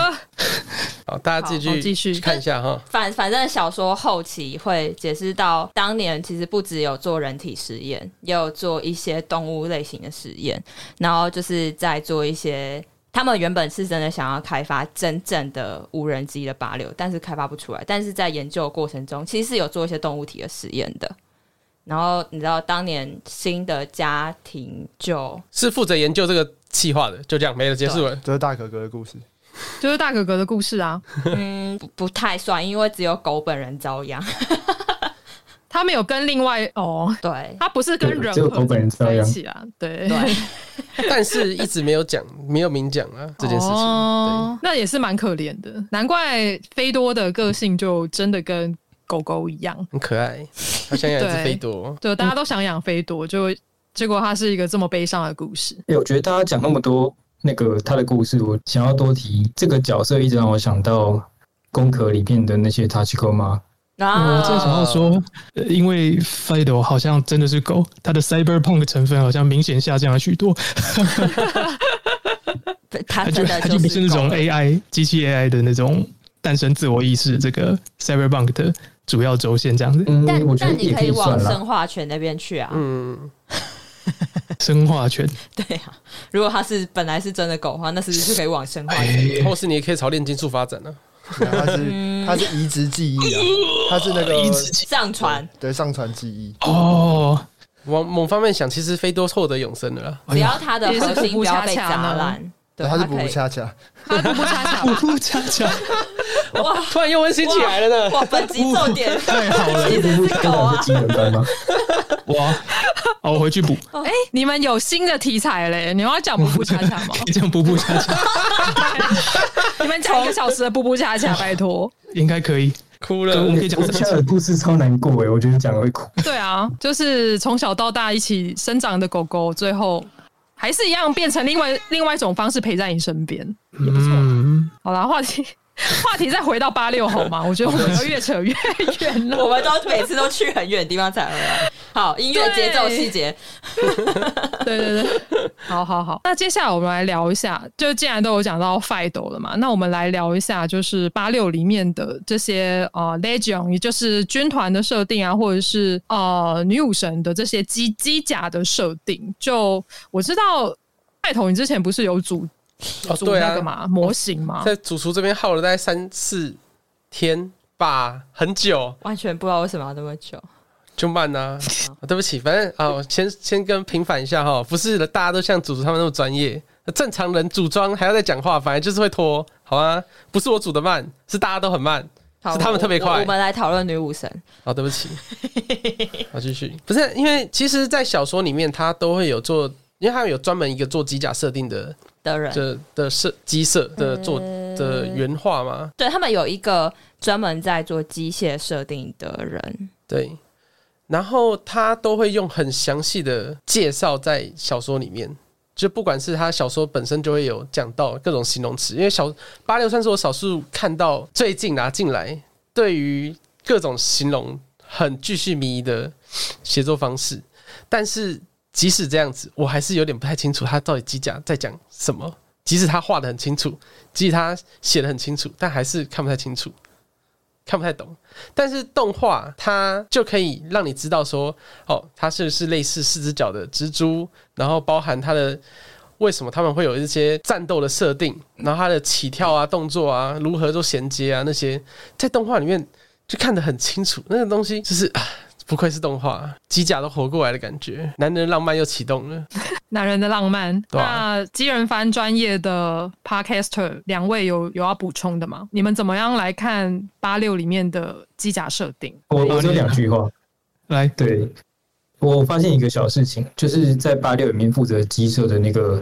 S7: 好，大家自
S2: 好
S7: 己
S2: 好继续
S7: 去看一下哈。
S4: 反反正小说后期会解释到，当年其实不只有做人体实验，也有做一些动物类型的实验，然后就是在做一些他们原本是真的想要开发真正的无人机的八六，但是开发不出来。但是在研究的过程中，其实是有做一些动物体的实验的。然后你知道，当年新的家庭就是
S7: 负责研究这个企划的，就这样没了，结束了。
S3: 就是大哥哥的故事。
S2: 就是大哥哥的故事啊，
S4: 嗯不不太算，因为只有狗本人遭殃。
S2: 他没有跟另外哦，
S4: 对
S2: 他不是跟人
S5: 对只有狗
S2: 合
S5: 本人
S2: 在
S5: 遭
S2: 一
S5: 殃
S2: 起啊，对
S4: 对。
S7: 但是一直没有讲，没有明讲啊这件事情。对，
S2: 哦，那也是蛮可怜的，难怪菲多的个性就真的跟狗狗一样，
S7: 很可爱。他想养一只飞多，
S2: 就大家都想养菲多，就结果它是一个这么悲伤的故事。
S5: 哎、我觉得大家讲那么多那个他的故事，我想要多提这个角色，一直让我想到《宫壳》里面的那些 Tachikoma。
S4: 啊
S6: 哦我正想要说，呃因为 Fido 好像真的是狗，它的 Cyberpunk 成分好像明显下降了许多，
S4: 他啊
S6: 它就
S4: 真的
S6: 它就不
S4: 是
S6: 是那种
S4: 狗
S6: AI 机器 AI 的那种诞生自我意识这个 Cyberpunk 的主要轴线这样子。
S5: 嗯
S4: 但，
S5: 我觉得
S4: 但你
S5: 也
S4: 可以
S5: 以算
S4: 往
S5: 啦。
S4: 生化圈那边去啊。
S7: 嗯，
S6: 生化圈，
S4: 对啊，如果它是本来是真的狗的话，那是不是就可以往生化？
S6: 哎
S7: 或是你也可以朝炼金术发展啊呢、
S3: 没有它是它是移植记忆 啊，它是那个
S6: 一直
S4: 上传，
S3: 对上传记忆，
S6: 哦，
S7: 往某方面想，其实飞多获得永生的啦。
S4: 只要它的
S2: 也是
S4: 核心
S2: 补
S4: 不
S2: 不
S4: 要
S2: 恰恰呢
S4: 被砸烂，对，
S3: 它是
S4: 它
S3: 补
S4: 可
S3: 不
S4: 以
S3: 恰恰，
S2: 他不恰恰
S6: 我
S2: 吧，
S6: 不恰恰，
S4: 哇
S7: 突然又温馨起来了呢。
S4: 哇，本集重点
S6: 太好了，
S4: 其实是狗啊，
S5: 技能班吗？
S6: 哇，好，我回去补，
S2: 哎、你们有新的题材嘞？你们要讲步步恰恰吗？
S6: 这样补补恰恰
S2: 你们讲一个小时的步步恰恰，拜托。
S6: 应该可以，
S7: 哭
S6: 对，
S7: 了
S6: 我，们可以讲
S5: 我
S6: 这
S5: 现在的故事超难过诶，我觉得讲了会哭。
S2: 对啊，就是从小到大一起生长的狗狗，最后还是一样变成另外另外一种方式陪在你身边。
S6: 嗯，
S2: 好啦，话题 话题再回到八六好吗？我觉得我们要越扯越 远了。
S4: 我们都每次都去很远的地方才回来。好，音乐节奏细节，
S2: 对对对，好好好。那接下来我们来聊一下，就既然都有讲到 Fido 了嘛，那我们来聊一下，就是八六里面的这些呃 Legion，也就是军团的设定啊，或者是呃女武神的这些机机甲的设定。就我知道，派头你之前不是有组
S7: 哦，
S2: 组
S7: 对
S2: 那
S7: 啊哦
S2: 个，嘛、模型嘛？
S7: 在主厨这边耗了大概三四天吧，很久。
S4: 完全不知道为什么要那么久。
S7: 就慢呐、啊对不起，反正啊、我先先跟平反一下哈，不是大家都像组织他们那么专业，正常人组装还要再讲话，反正就是会拖，好吗？不是我组的慢，是大家都很慢。
S4: 好，
S7: 是他们特别快
S4: 我我我们来讨论女武神，
S7: 哦，对不起，好继续。不是因为其实，在小说里面，他都会有做，因为他们有专门一个做机甲设定的
S4: 的人，
S7: 的的设机设的做的原画嘛，
S4: 对他们有一个专门在做机械设定的人，
S7: 对。然后他都会用很详细的介绍在小说里面，就不管是他小说本身就会有讲到各种形容词，因为小八六算是我少数看到最近拿进来对于各种形容很继续迷的写作方式，但是即使这样子，我还是有点不太清楚他到底机甲在讲什么。即使他画的很清楚，即使他写的很清楚，但还是看不太清楚，看不太懂。但是动画它哦就可以让你知道说，哦，它是不是类似四只脚的蜘蛛，然后包含它的为什么他们会有一些战斗的设定，然后它的起跳啊、动作啊、如何做衔接啊那些，在动画里面就看得很清楚。那个东西就是啊，不愧是动画，机甲都活过来的感觉，男人浪漫又启动了。
S2: 男人的浪漫。
S7: 对啊
S2: 那机人番专业的 podcaster 两位有有要补充的吗？你们怎么样来看八六里面的机甲设定？
S5: 我我只有两句话，
S6: 来，
S5: 对，我发现一个小事情，就是在八六里面负责机设的那个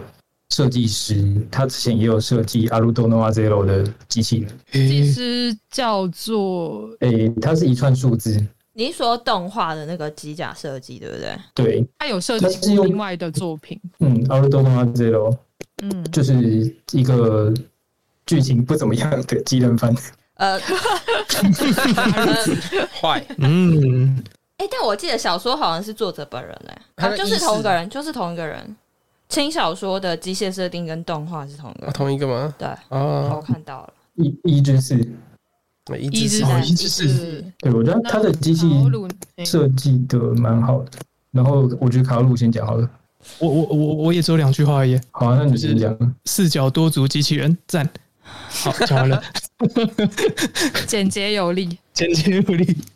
S5: 设计师，他之前也有设计阿鲁多诺瓦 Zero 的机器人。
S2: 技
S6: 诶
S2: 师嗯叫做
S5: 诶、它是一串数字，
S4: 你是说动画的那个机甲设计，对不对？
S5: 对，
S2: 他有设
S5: 他
S2: 计
S5: 是用
S2: 过另外的作品，
S5: 嗯，阿鲁多诺瓦 Zero
S2: 嗯，
S5: 就是一个剧情不怎么样的机人番。
S4: 呃，哎、
S7: 坏，
S6: 嗯，
S4: 但我记得小说好像是作者本人嘞、
S7: 他
S4: 啊，
S7: 的
S4: 就是
S7: 意思
S4: 同一个人，就是同一个人。轻小说的机械设定跟动画是同一个
S7: 啊
S4: 人，
S7: 同一个吗？
S4: 对，
S7: 啊
S5: 嗯
S4: 我，看到了，
S5: 一一之四，
S7: 一
S2: 一直
S7: 只是
S6: 哦
S2: 在
S6: 一直是
S5: 对我觉得它的机器
S2: 好鲁嗯
S5: 设计的蛮好的。然后我觉得卡路先讲好了，
S6: 我我我我也只有两句话而已，
S5: 好、啊，那你先讲。
S6: 四脚多足机器人赞，好，讲完了。
S2: 简洁有力，
S6: 前接不力。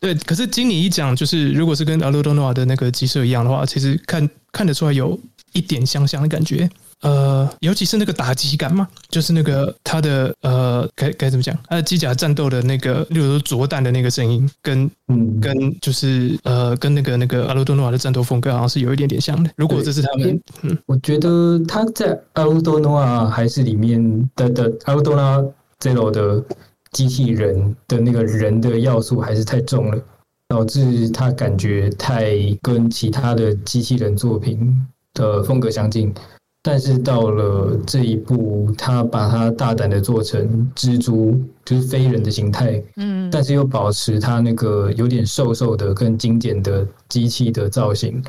S6: 对，可是经你一讲，就是如果是跟阿鲁多诺瓦的那个鸡舍一样的话，其实看看得出来有一点相像的感觉。呃，尤其是那个打击感嘛，就是那个它的呃，该该怎么讲？它的机甲战斗的那个，例如说着弹的那个声音，跟
S5: 嗯，
S6: 跟就是呃，跟那个那个阿鲁多诺瓦的战斗风格好像是有一点点像的。如果这是他们，嗯，
S5: 我觉得他在《阿鲁多诺亚》还是里面的的《阿鲁多诺亚 Zero》的机器人的那个人的要素还是太重了，导致他感觉太跟其他的机器人作品的风格相近。但是到了这一步，他把它大胆的做成蜘蛛，就是非人的形态，
S2: 嗯，
S5: 但是又保持它那个有点瘦瘦的跟精简的机器的造型，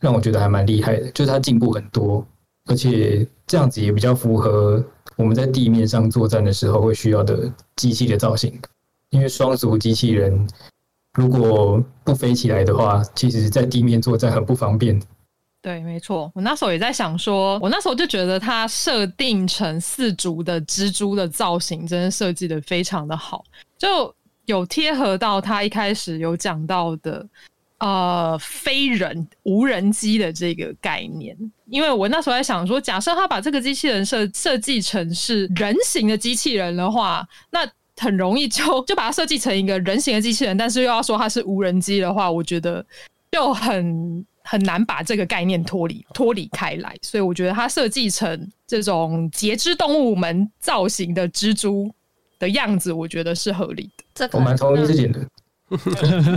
S5: 让我觉得还蛮厉害的，就是它进步很多，而且这样子也比较符合我们在地面上作战的时候会需要的机器的造型，因为双足机器人如果不飞起来的话，其实在地面作战很不方便，
S2: 对，没错，我那时候也在想说，我那时候就觉得它设定成四足的蜘蛛的造型，真的设计的非常的好，就有贴合到它一开始有讲到的呃飞人无人机的这个概念。因为我那时候在想说，假设他把这个机器人设设计成是人形的机器人的话，那很容易就就把它设计成一个人形的机器人，但是又要说它是无人机的话，我觉得就很很难把这个概念脱离脱离开来。所以我觉得它设计成这种节肢动物们造型的蜘蛛的样子，我觉得是合理的。
S4: 这
S5: 我蛮同意这点的。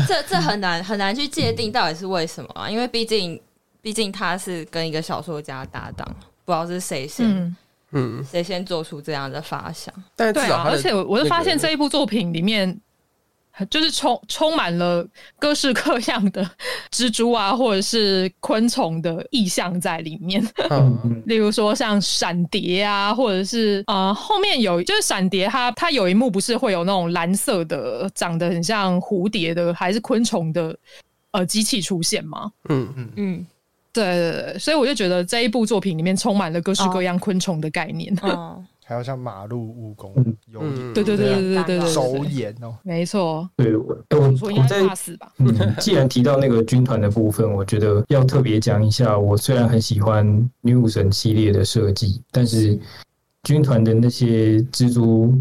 S4: 这这很难很难去界定到底是为什么啊，因为毕竟毕竟他是跟一个小说家搭档，不知道是谁先、
S2: 嗯，
S7: 嗯，
S4: 谁先做出这样的发想。
S7: 但是至
S2: 对
S7: 少
S2: 啊，
S7: 他的
S2: 而且我我就发现
S7: 那个
S2: 这一部作品里面。就是充充满了各式各样的蜘蛛啊，或者是昆虫的意象在里面。
S5: 嗯
S7: 嗯
S5: 嗯，
S2: 例如说像闪蝶啊，或者是呃后面有就是闪蝶它它有一幕不是会有那种蓝色的长得很像蝴蝶的还是昆虫的呃机器出现吗？
S7: 嗯
S4: 嗯，
S2: 对对对，所以我就觉得这一部作品里面充满了各式各样昆虫的概念。
S4: 哦，
S3: 还有像马路蜈蚣
S5: 嗯、
S3: 有
S7: 嗯，
S2: 对对对对对对对
S3: 手
S2: 对，
S3: 眼哦，
S2: 没错，
S5: 对我，哎我
S2: 我应
S5: 我
S2: 该
S5: 在
S2: 是怕死吧？
S5: 嗯，既然提到那个军团的部分，我觉得要特别讲一下。我虽然很喜欢女武神系列的设计，但是军团的那些蜘蛛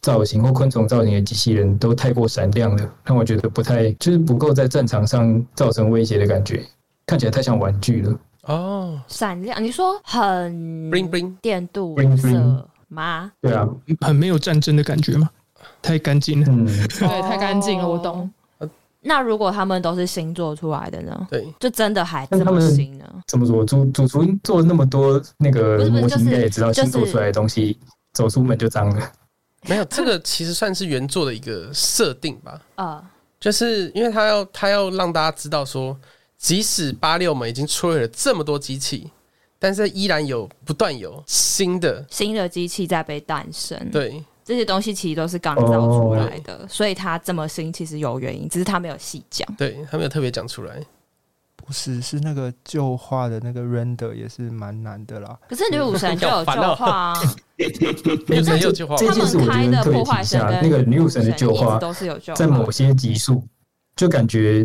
S5: 造型或昆虫造型的机器人都太过闪亮了，让我觉得不太就是不够在战场上造成威胁的感觉，看起来太像玩具了。
S7: 哦
S4: 闪亮，你说很
S7: ，bling bling，
S4: 电镀
S5: bling
S4: 色吗？
S5: 对啊，
S6: 很没有战争的感觉嘛，太干净了。
S5: 嗯，
S2: 对，太干净了，
S4: 哦
S2: 我懂。
S4: 那如果他们都是新做出来的呢？
S7: 对，
S4: 就真的还
S5: 但
S4: 这
S5: 他
S4: 么
S5: 们
S4: 新呢？
S5: 怎么说？主主厨做那么多那
S4: 不
S5: 个
S4: 是不是
S5: 模
S4: 就
S5: 型，应
S4: 是
S5: 该也知道
S4: 就
S5: 新
S4: 是
S5: 做出来的东西走出门就脏了。
S7: 没有这个其实算是原作的一个设定吧，
S4: 呃，
S7: 就是因为他要他要让大家知道说，即使八六们已经摧毁了这么多机器，但是依然有不断有新的，
S4: 新的机器在被诞生，，
S7: 对
S4: 这些东西其实都是刚造出来的，
S5: 哦
S4: 所以它这么新其实有原因，只是它没有细讲。
S7: 对，他没有特别讲出来，
S3: 不是是那个旧画的那个 render 也是蛮难的 啦。
S4: 可是女武神 就有旧话、啊，
S7: 没有没有句话，
S5: 这
S4: 他
S5: 件事我
S4: 们
S5: 觉
S4: 开
S5: 得
S4: 的
S5: 特别
S4: 破
S5: 提一
S4: 坏神
S5: 下，
S4: 跟
S5: 那个女武神的
S4: 一
S5: 旧话
S4: 直都是有旧
S5: 在某
S4: 话。
S5: 些集数，就感觉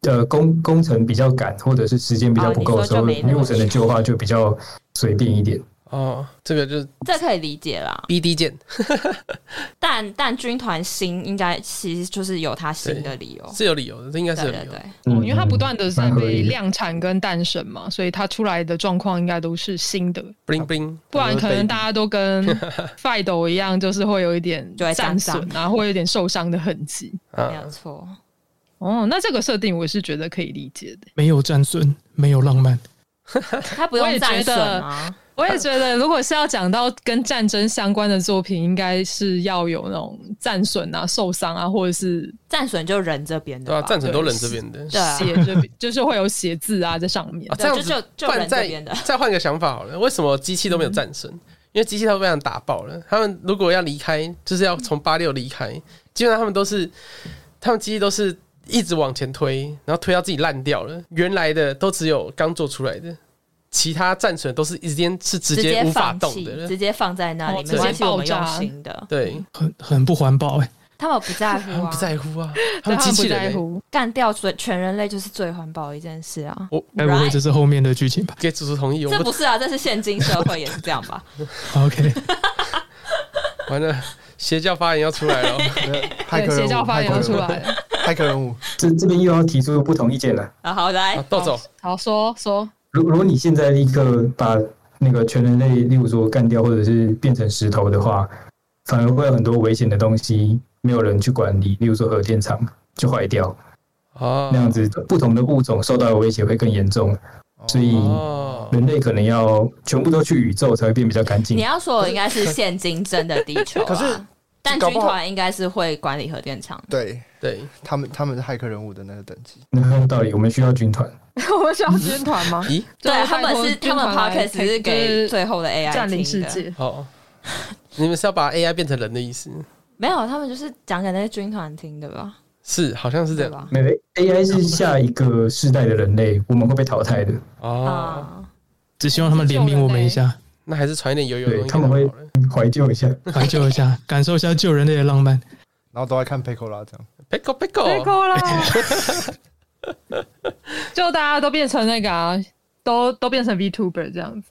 S5: 呃工工程比较赶，或者是时间比
S2: 啊
S5: 较不够的时
S4: 哦
S5: 候，
S4: 你说就没那么
S5: 女武神的旧话就比较随便一点。
S7: 哦，这个就是
S4: 这可以理解啦，
S7: B D 键
S4: 但但军团新应该其实就是有它新的理由，
S7: 是有理由的，这应该是
S4: 对
S7: 有
S4: 对
S7: 理由的。
S4: 对，
S5: 啊
S2: 哦因为它不断的在
S5: 嗯蛮合理
S2: 被
S5: 的
S2: 量产跟诞生嘛，所以它出来的状况应该都是新的。
S7: bling bling，
S2: 不然可能大
S3: 家
S2: 家都 跟 fight 斗一样，就是会有一点
S4: 就会
S2: 战
S4: 战伤
S2: 损啊，会有一点受伤的痕迹。
S4: 没
S7: 啊
S4: 有，错。
S2: 哦，那这个设定我是觉得可以理解的。
S6: 没有战损，没有浪漫，
S4: 他不
S2: 我
S4: 用
S2: 也
S4: 战
S2: 觉
S4: 损
S2: 得
S4: 啊，
S2: 我也觉得，如果是要讲到跟战争相关的作品，应该是要有那种战损啊、受伤啊，或者是
S4: 战损就人这边
S7: 对
S4: 的
S7: 啊，
S4: 吧，
S7: 战损都人这边的。
S4: 对啊，
S2: 写 着，就是会有写字啊在上面
S7: 啊。这
S4: 对
S7: 样
S4: 就
S7: 子
S4: 就就
S7: 不然
S4: 人
S7: 再
S4: 这边的，
S7: 再换个想法好了，为什么机器都没有战神？因为机器都被人打爆了。他们如果要离开，就是要从八六离开，基本上他们都是，他们机器都是一直往前推，然后推到自己烂掉了。原来的都只有刚做出来的，其他战神都是一间是直
S4: 直
S7: 接无法
S4: 放
S7: 动
S4: 弃
S7: 的，
S4: 直
S7: 了。
S4: 接放在那
S2: 哦
S4: 里，
S2: 直接
S4: 没关系，我们
S2: 爆炸
S4: 用新的，
S7: 对，
S6: 很很不环保哎、
S4: 他们不在
S7: 他
S4: 乎
S7: 们
S4: 啊
S7: 不，在乎啊， 他
S2: 对他
S7: 们机
S2: 们不
S7: 器人、
S2: 在
S7: 欸。
S2: 乎，
S4: 干掉全全人类就是最环保的一件事啊。
S7: 我
S6: 该不会
S4: Right
S6: 这是后面的剧情吧
S7: 给主厨同意，我
S4: 这
S7: 不
S4: 不是啊，这是现今社会也是这样吧？
S6: ？OK，
S7: 完了，邪教发言要出 来了。
S3: 骇
S2: 对，
S7: 欸
S3: 客人
S2: 邪
S3: 物，
S2: 教发言要出来了。
S3: 骇客人物，
S5: 这这边又要提出不同意见了。
S4: 啊，好来
S7: 啊，豆总，
S2: 好，说说，
S5: 如如果你现在立刻把那个全人类，例如说干掉，或者是变成石头的话，反而会有很多危险的东西没有人去管理，例如说核电厂就坏掉，
S7: 哦
S5: 那样子不同的物种受到的威胁会更严重，
S2: 哦
S5: 所以
S7: 哦，
S5: 人类可能要全部都去宇宙才会变比较干净
S4: 你。要说的应该是现今真的地球啊，
S3: 可是
S4: 但
S3: 搞
S4: 军
S3: 不好
S4: 团应该是会管理核电厂。
S3: 对
S7: 对，
S3: 他们他们是骇客人物的那个等级，
S5: 那很有道理，我们需要军团。
S2: 我们需要军团吗？
S7: 咦，
S2: 就
S4: 对
S2: 是
S4: 他
S2: 拜
S4: 们
S2: 托
S4: 是
S2: 军
S4: 他们
S2: 团来
S4: podcast 只是
S2: 就
S4: 给
S2: 是
S4: 最后的 AI
S2: 占领
S4: 听
S2: 世
S4: 的，
S2: 界。
S7: 哦，你们是要把 AI 变成人的意思？
S4: 没有，他们就是讲给那些军团听的吧？
S7: 是好像是这
S4: 对
S7: 样
S4: 吧？
S5: 没有 AI 是下一个世代的人类，我们会被淘汰的。
S7: 哦。
S4: 啊，
S6: 只希望他们怜悯我们一下，
S7: 那还是传一点油油的东西
S5: 对他们会
S7: 给好了。
S5: 怀旧一下，
S6: 怀旧一下，感受一下救人类的浪漫。
S3: 然后都在看 p i c o l a 这样。
S7: pickle
S2: 太
S7: pickle，
S2: 够了， 就大家都变成那个、啊，都都变成 VTuber 这样子。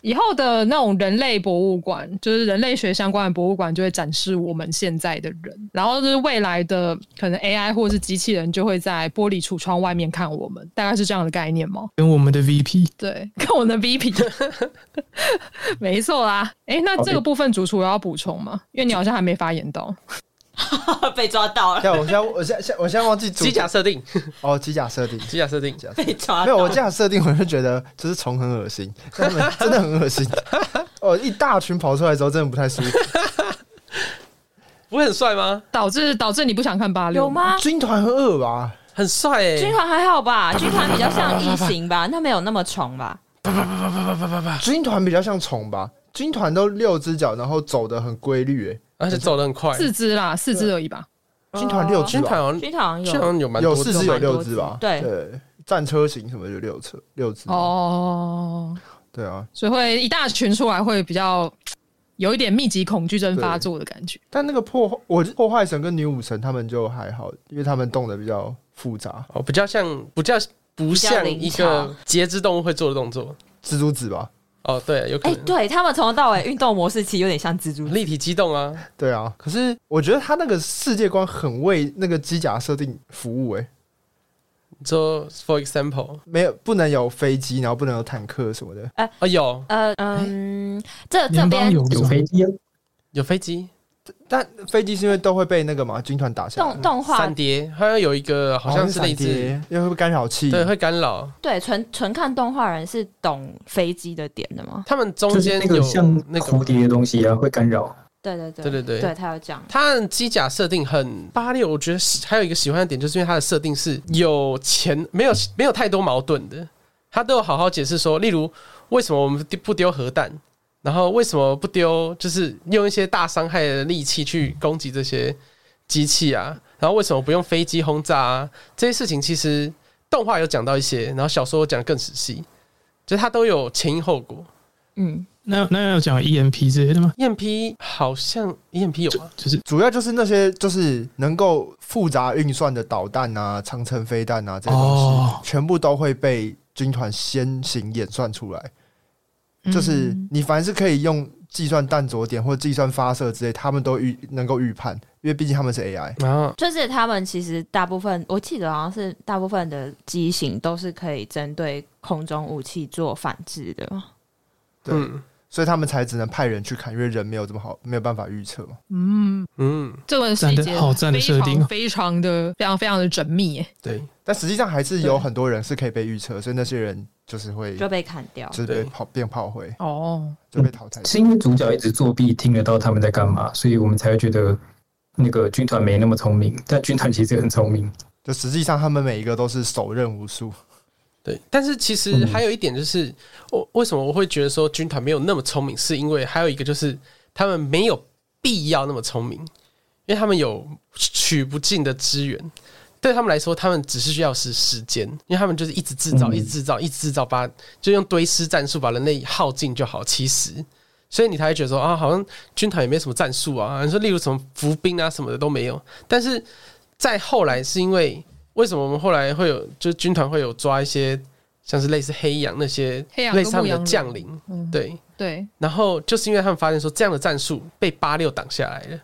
S2: 以后的那种人类博物馆，就是人类学相关的博物馆，就会展示我们现在的人，然后就是未来的可能 AI 或是机器人就会在玻璃橱窗外面看我们，大概是这样的概念吗？
S6: 跟我们的 VP
S2: 对， 看我的 VP，没错啦。哎、那这个部分主厨有要补充吗？因为你好像还没发言到。
S4: 被抓到了，
S3: 对，我现在我现在现在我现在忘记主
S7: 哦机甲设定，
S3: 哦，机甲设定，
S7: 机甲设定，
S3: 机甲设 定
S4: 被抓
S3: 没有，
S4: 到
S3: 我
S4: 了。
S3: 这样设定，我就觉得就是虫很恶心，他们真的很恶心。哦，一大群跑出来之后，真的不太舒服。
S7: 不会很帅吗？
S2: 导致导致你不想看八六
S4: 有？吗？
S3: 军团很恶吧？
S7: 很帅哎、
S4: 军团还好吧，军团比较像异形吧，那没有那么虫吧？
S3: 军团比较像虫吧？军团都六只脚，然后走的很规律、欸。
S7: 而且走得很快。
S2: 四只啦，四只而已吧。
S4: 哦
S3: 军团六只
S7: 军团
S3: 吧？
S7: 好像
S4: 军团好像
S7: 军
S4: 有
S7: 团有蛮
S3: 有
S7: 多的
S3: 四只，有
S4: 蛮多
S3: 六只吧？
S4: 只对
S3: 对，战车型什么就六车六只。哦，
S2: 哦，
S3: 对啊，
S2: 所以会一大群出来，会比较有一点密集恐惧症发作的感觉。
S3: 但那个破坏，我破坏神跟女武神他们就还好，因为他们动的比较复杂。
S7: 哦，比较像，比较不像一
S4: 比较灵
S7: 个节肢动物会做的动作。
S3: 蜘蛛子吧？
S7: 哦，对，有可
S4: 哎、
S7: 能、
S4: 对他们从头到尾运动模式其实有点像蜘蛛，
S7: 立体机动啊，
S3: 对啊，可是我觉得他那个世界观很为那个机甲设定服务、欸，
S7: 说 for example
S3: 没有不能有飞机，然后不能有坦克什么的。
S7: 哦，有
S4: 呃嗯，这这
S6: 联邦
S4: 边
S6: 有
S5: 有飞机啊，
S7: 有飞机
S3: 但飞机是因为都会被那个嘛军团打下来
S4: 动，动画
S7: 闪碟，好像有一个好像是那一只，
S3: 叠，因为会干扰器。
S7: 对，会干扰。
S4: 对纯纯看动画人是懂飞机的点的吗？
S7: 他们中
S5: 就是
S7: 间
S5: 那
S7: 有
S5: 个像
S7: 那个
S5: 蝴蝶的东西啊，会干扰。
S4: 对对对
S7: 对对对
S4: 他有讲
S7: 它的机甲设定很八六，我觉得喜还有一个喜欢的点，就是因为它的设定是有前没有没有太多矛盾的，它都有好好解释说，例如为什么我们不丢核弹，然后为什么不丢，就是用一些大伤害的利器去攻击这些机器啊，然后为什么不用飞机轰炸啊，这些事情其实动画有讲到一些，然后小说讲得更仔细，就是它都有前因后果。
S4: 嗯，
S6: 那那要讲 EMP 之类的吗？
S7: EMP 好像 EMP 有啊吗？
S6: 就是
S3: 主要就是那些就是能够复杂运算的导弹啊、长城飞弹啊这些东西，
S6: 哦
S3: 全部都会被军团先行演算出来。
S2: 嗯
S3: 就是你凡是可以用计算弹着点或计算发射之类，他们都预能够预判，因为毕竟他们是 AI。
S7: 啊，
S4: 就是他们其实大部分我记得好像是大部分的机型都是可以针对空中武器做反制的。
S3: 对
S7: 嗯
S3: 所以他们才只能派人去看，因为人没有这么好，没有办法预测嘛。
S2: 嗯，
S7: 嗯，
S2: 这个细
S6: 赞
S2: 节
S6: 的好赞的设定哦
S2: 非常非常的非常非常的缜密耶。
S7: 对。
S3: 但实际上还是有很多人是可以被预测，所以那些人就是会
S4: 就被砍掉。
S3: 就是被
S7: 对
S3: 炮变炮灰，
S2: 哦，
S3: 就被淘汰。
S5: 是因为主角一直作弊，听得到他们在干嘛，所以我们才会觉得那个军团没那么聪明，但军团其实很聪明。
S3: 就实际上他们每一个都是手刃无数。
S7: 对，但是其实还有一点就是，我为什么我会觉得说军团没有那么聪明，是因为还有一个就是他们没有必要那么聪明，因为他们有取不尽的资源。对他们来说，他们只是需要是时间，因为他们就是一直制造、
S5: 嗯
S7: 一直制造、一直制造，把就用堆尸战术把人类耗尽就好。其实，所以你才会觉得说啊，好像军团也没什么战术啊。你说例如什么伏兵啊什么的都没有，但是在后来是因为为什么我们后来会有就是军团会有抓一些像是类似黑羊那些
S2: 黑羊
S7: 类
S2: 跟
S7: 似他
S2: 牧
S7: 们的
S2: 羊
S7: 将
S2: 人
S7: 领，
S2: 嗯，
S7: 对，
S2: 对，
S7: 然后就是因为他们发现说这样的战术被八六挡下来了，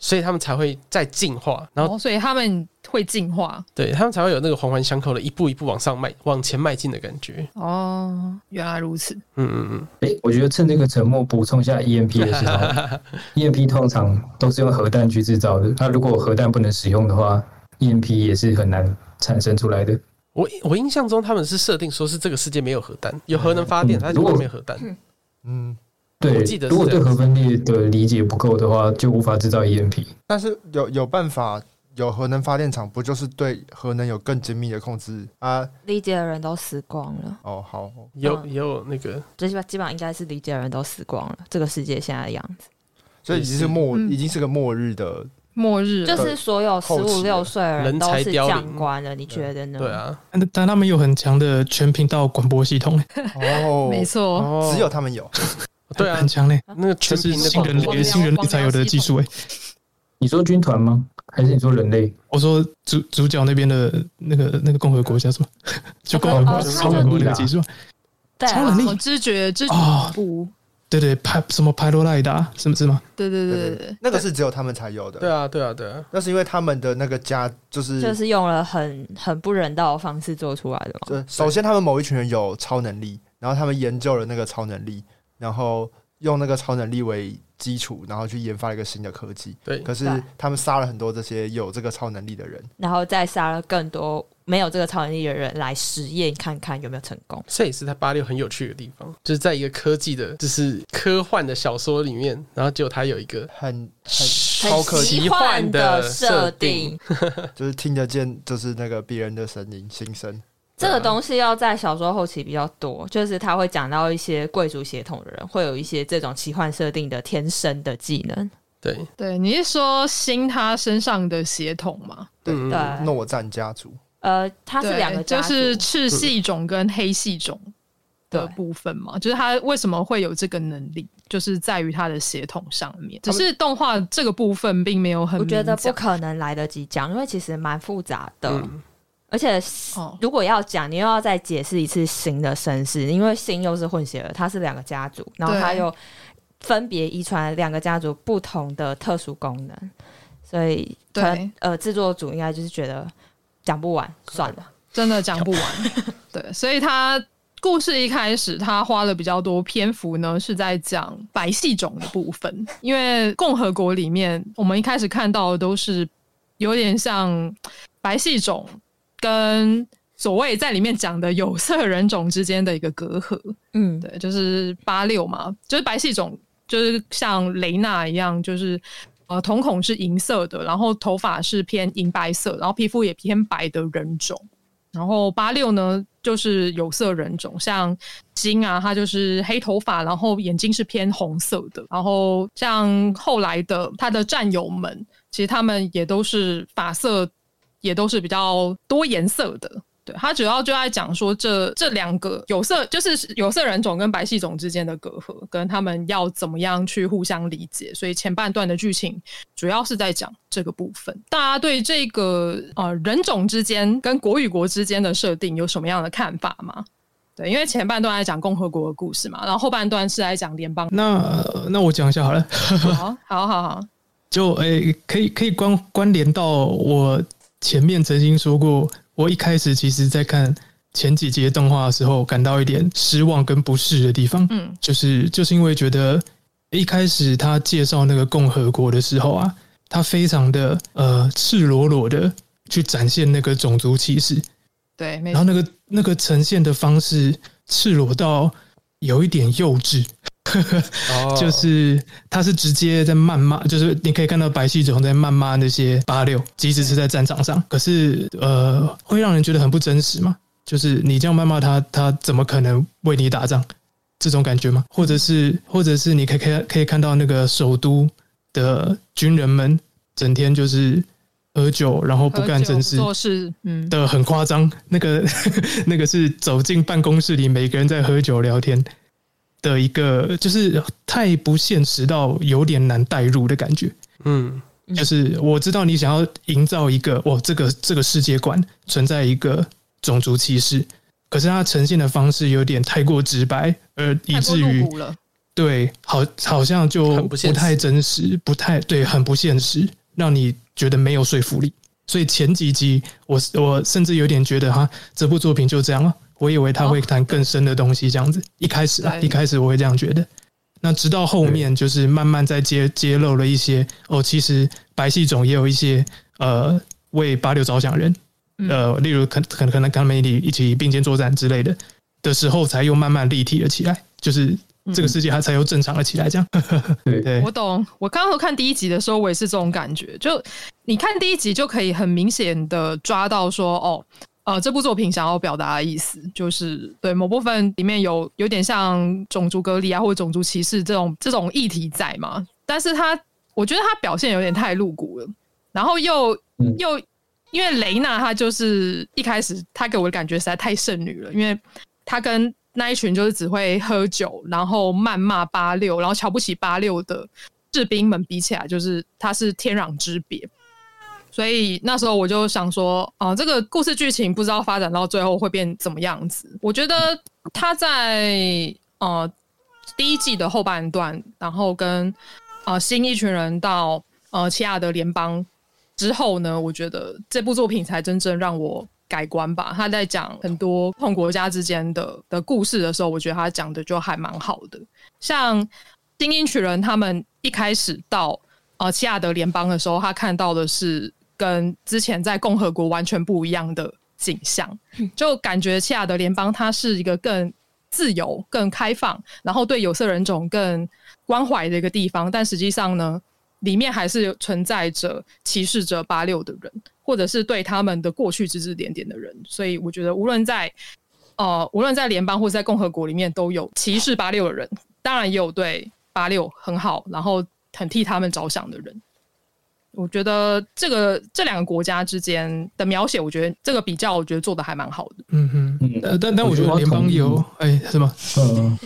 S7: 所以他们才会再进化，然后、
S2: 哦，所以他们会进化。
S7: 对他们才会有那个环环相扣的一步一步往上迈往前迈进的感觉。
S2: 哦，原来如此。
S7: 嗯嗯
S5: 哎、我觉得趁这个沉默补充一下 EMP 的事情好 了。EMP 通常都是用核弹去制造的，那如果核弹不能使用的话，EMP 也是很难产生出来的。
S7: 我我印象中他们是设定说是这个世界没有核弹，有核能发电，
S5: 嗯
S7: 但是没有核弹。
S3: 嗯，
S5: 对
S7: 我记得，是
S5: 如果
S7: 这
S5: 对
S7: 样子
S5: 核分裂的理解不够的话，就无法制造 E EMP。
S3: 但是有有办法，有核能发电厂，不就是对核能有更精密的控制啊？
S4: 理解的人都死光了，
S3: 哦，好，
S7: 有
S4: 嗯
S7: 有那个
S4: 最起码基本上应该是理解的人都死光了。这个世界现在的样子，
S3: 所以已经是末，
S2: 嗯
S3: 已经是个末日的
S2: 末日了
S4: 就是所有十
S3: 后期的
S4: 五六岁的人
S7: 人
S4: 都
S7: 才
S4: 是
S7: 凋零
S4: 长官了，你觉得
S2: 嗯
S4: 呢？
S7: 对，啊，
S6: 但但他们有很强的全频道广播系统，
S3: 哦，
S2: 没错，
S7: 哦
S3: 只有他们有，
S7: 对啊
S6: 很，强嘞，
S7: 那个
S6: 这
S7: 全
S6: 是
S7: 屏的
S6: 新
S7: 广
S6: 人
S7: 播
S6: 类新人类才有的技术哎。
S5: 你说军团吗？还是你说人 类？
S6: 我说主主角那边的那个那个共和国叫什么？ 就共和国
S4: 哦
S6: 共和国那个技术，
S4: 对
S6: 超
S4: 啊
S6: 能
S2: 我
S6: 力
S2: 知觉知觉
S6: 哦
S2: 不，
S6: 对对，派什么派罗赖达是不是吗？。
S2: 对对对
S3: 对
S2: 对对，
S3: 那个是只有他们才有的。
S7: 对，啊，对啊，对啊，
S3: 那是因为他们的那个家就是
S4: 就是用了很很不人道的方式做出来的嘛。
S3: 对，呃首先他们某一群人有超能力，然后他们研究了那个超能力，然后用那个超能力为基础，然后去研发了一个新的科技。
S7: 对
S3: 可是
S4: 对
S3: 他们杀了很多这些有这个超能力的人，
S4: 然后再杀了更多没有这个超能力的人来实验看看有没有成功。
S7: 这也是他八六很有趣的地方，就是在一个科技的，就是科幻的小说里面，然后结果他有一个
S3: 很很
S7: 超科
S4: 奇
S7: 奇幻
S4: 幻
S7: 的
S4: 设
S7: 定，，
S3: 就是听得见，就是那个别人的声音心声。
S4: 这个东西要在小说后期比较多，就是他会讲到一些贵族血统的人会有一些这种奇幻设定的天生的技能。
S7: 对，
S2: 对，你是说新他身上的血统吗？
S3: 对啊
S7: 嗯
S4: 对，
S3: 诺赞家族，
S4: 呃，他是
S2: 对
S4: 两个家
S2: 就
S4: 族
S2: 是赤系种跟黑系种的
S4: 对
S2: 部分嘛，就是他为什么会有这个能力，就是在于他的血统上面。只是动画这个部分并没有很
S4: 我觉得
S2: 明
S4: 不
S2: 讲
S4: 可能来得及讲，因为其实蛮复杂的，
S7: 嗯，
S4: 而且
S2: 哦
S4: 如果要讲，你又要再解释一次新的身世，因为新又是混血儿，他是两个家族，然后他又分别遗传两个家族不同的特殊功能，所以可
S2: 对
S4: 能呃，制作组应该就是觉得讲不完，算了。
S2: 真的讲不完。 对，所以他故事一开始他花了比较多篇幅呢，是在讲白系种的部分，因为共和国里面我们一开始看到的都是有点像白系种跟所谓在里面讲的有色人种之间的一个隔阂。
S4: 嗯，
S2: 对，就是八六嘛，就是白系种，就是像雷娜一样，就是呃瞳孔是银色的，然后头发是偏银白色，然后皮肤也偏白的人种。然后八六呢，就是有色人种，像金啊，他就是黑头发，然后眼睛是偏红色的。然后像后来的他的战友们，其实他们也都是发色，也都是比较多颜色的。对他主要就在讲说这这两个有色就是有色人种跟白系种之间的隔阂，跟他们要怎么样去互相理解。所以前半段的剧情主要是在讲这个部分。大家对这个呃人种之间跟国与国之间的设定有什么样的看法吗？对，因为前半段在讲共和国的故事嘛，然后后半段是在讲联邦
S6: 那呃那我讲一下好了，
S2: 好，好，好，好，
S6: 就诶、可以可以关关联到我前面曾经说过，我一开始其实在看前几集的动画的时候，感到一点失望跟不适的地方，
S2: 嗯，
S6: 就是就是因为觉得一开始他介绍那个共和国的时候啊，他非常的呃赤裸裸的去展现那个种族歧视，
S2: 对，没
S6: 然
S2: 错，
S6: 后那个那个呈现的方式赤裸到有一点幼稚，
S7: 哦
S6: 就是他是直接在谩骂，就是你可以看到白细种在谩骂那些八六，即使是在战场上，可是呃，会让人觉得很不真实嘛。就是你这样谩骂他，他怎么可能为你打仗？这种感觉吗？或者是，或者是你可以可以可以看到那个首都的军人们整天就是喝酒，然后不干正
S2: 喝酒
S6: 事，
S2: 不做事，嗯，
S6: 的很夸张，那个 那个是走进办公室里，每个人在喝酒聊天的一个，就是太不现实到有点难代入的感觉。
S7: 嗯，
S4: 嗯
S6: 就是我知道你想要营造一个哇，这个这个世界观存在一个种族歧视，可是它呈现的方式有点太过直白，而以
S2: 太过
S6: 至于
S2: 露骨了，
S6: 对，好，好像就
S7: 很不现
S6: 不
S7: 实
S6: 太真实，不太对，很不现实，让你觉得没有说服力。所以前几集，我我甚至有点觉得哈，这部作品就这样了。我以为他会谈更深的东西，这样子。一开始啊，
S2: 对
S6: 一开始我会这样觉得。那直到后面，就是慢慢在揭揭露了一些哦，其实白系种也有一些呃为八六着想的人，
S2: 嗯
S6: 呃，例如可可可能跟他们一起一起并肩作战之类的的时候，才又慢慢立体了起来，就是这个世界它才又正常了起来。这样，
S5: 嗯 对
S6: 对
S2: 我懂。我刚刚看第一集的时候，我也是这种感觉。就你看第一集就可以很明显的抓到说，哦，呃，这部作品想要表达的意思，就是对某部分里面有有点像种族隔离啊，或者种族歧视这种这种议题在嘛。但是它，我觉得它表现有点太露骨了。然后又、
S5: 嗯
S2: 又因为雷娜她就是一开始她给我的感觉实在太剩女了，因为她跟那一群就是只会喝酒，然后谩骂八六，然后瞧不起八六的士兵们比起来，就是她是天壤之别。所以那时候我就想说，啊、这个故事剧情不知道发展到最后会变怎么样子。我觉得他在呃第一季的后半段，然后跟呃新一群人到呃奇亚德联邦之后呢，我觉得这部作品才真正让我改观吧。他在讲很多不同国家之间的的故事的时候，我觉得他讲的就还蛮好的。像新英群人他们一开始到呃西亚德联邦的时候，他看到的是跟之前在共和国完全不一样的景象，就感觉西亚德联邦它是一个更自由、更开放，然后对有色人种更关怀的一个地方。但实际上呢，里面还是存在着歧视着八六的人，或者是对他们的过去指指点点的人。所以我觉得，无论在呃，无论在联邦或者在共和国里面，都有歧视八六的人，当然也有对八六很好，然后很替他们着想的人。我觉得这个这两个国家之间的描写，我觉得这个比较，我觉得做的还蛮好的。
S6: 嗯哼，
S5: 嗯
S6: 呃但但我觉得
S5: 我觉得
S6: 联邦有哎什么，
S5: 嗯。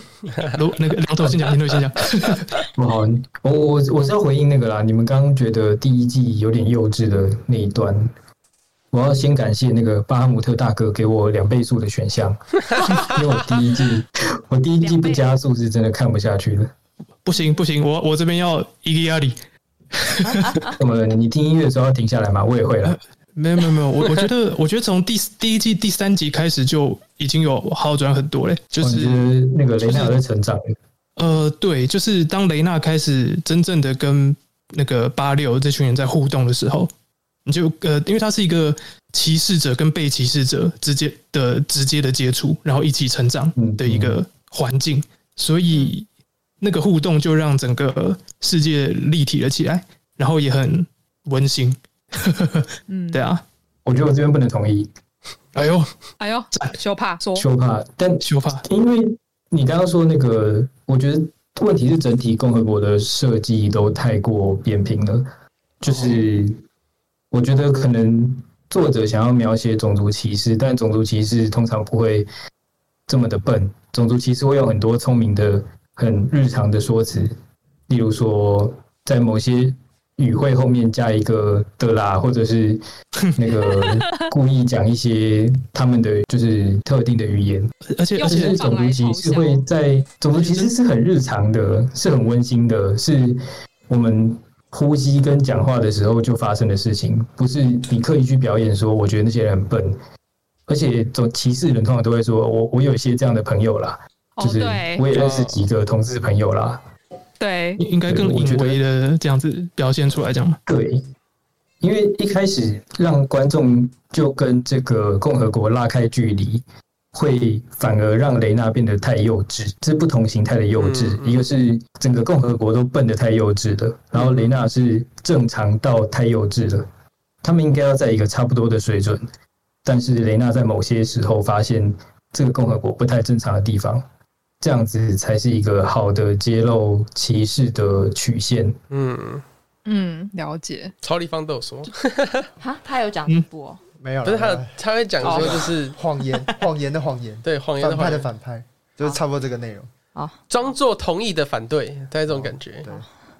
S6: 罗那个梁头先 讲，林头先讲，
S5: 不好，我哦我我是要回应那个啦。你们刚刚觉得第一季有点幼稚的那一段，我要先感谢那个巴哈姆特大哥给我两倍速的选项， 因为我第一季我第一季不加速是真的看不下去的。
S6: 不行不行，我我这边要伊利亚里，
S5: 那么你听音乐的时候要停下来吗？我也会
S6: 呃
S5: 了。
S6: 没有没有没有，我我觉得我觉得从第第一季第三集开始就已经有好转很多嘞，就
S5: 我
S6: 是
S5: 哦觉得那个雷娜有在成长，
S6: 呃，对，就是当雷娜开始真正的跟那个八六这群人在互动的时候，你就呃，因为他是一个歧视者跟被歧视者直接的直接的接触，然后一起成长
S5: 嗯
S6: 的一个环境，所以那个互动就让整个世界立体了起来，然后也很温馨。
S2: 嗯，
S6: 对啊，
S5: 我觉得我这边不能同意，
S6: 哎呦，
S2: 哎呦，羞怕说，
S5: 羞怕，但
S6: 羞怕，
S5: 因为你刚刚说那个，我觉得问题是整体共和国的设计都太过扁平了，就是我觉得可能作者想要描写种族歧视，但种族歧视通常不会这么的笨，种族歧视会有很多聪明的、很日常的说辞，例如说在某些。语汇后面加一个的啦，或者是那个故意讲一些他们的就是特定的语言，
S6: 而且
S2: 又
S6: 而
S5: 其
S6: 且
S5: 实种族歧视会在种族歧视是很日常的，是很温馨的，是我们呼吸跟讲话的时候就发生的事情，不是你刻意去表演说我觉得那些人很笨。而且，种歧视的人通常都会说，我我有一些这样的朋友啦，
S2: 哦
S5: 就，是
S2: 对
S5: 我也认识几个同志朋友啦，
S2: 对，
S6: 应该更
S5: 对我
S6: 隐
S5: 觉得
S6: 微的这样子表现出来，这样嘛。
S5: 对，因为一开始让观众就跟这个共和国拉开距离，会反而让雷娜变得太幼稚，这是不同形态的幼稚。
S7: 嗯嗯嗯
S5: 一个是整个共和国都笨得太幼稚了，然后雷娜是正常到太幼稚了，他们应该要在一个差不多的水准，但是雷娜在某些时候发现这个共和国不太正常的地方。这样子才是一个好的揭露歧视的曲线。
S7: 嗯，
S2: 嗯，了解。
S7: 超立方都有说，
S4: 哈，他有讲这部哦，
S3: 没有啦，
S7: 不是
S3: 没
S7: 他
S3: 有啦
S7: 他会讲说就是
S3: 谎 言，谎言的谎言，
S7: 对谎言
S3: 反
S7: 的
S3: 派
S7: 话
S3: 的，反派，就是差不多这个内容。
S7: 装作同意的反对，大概这种感觉。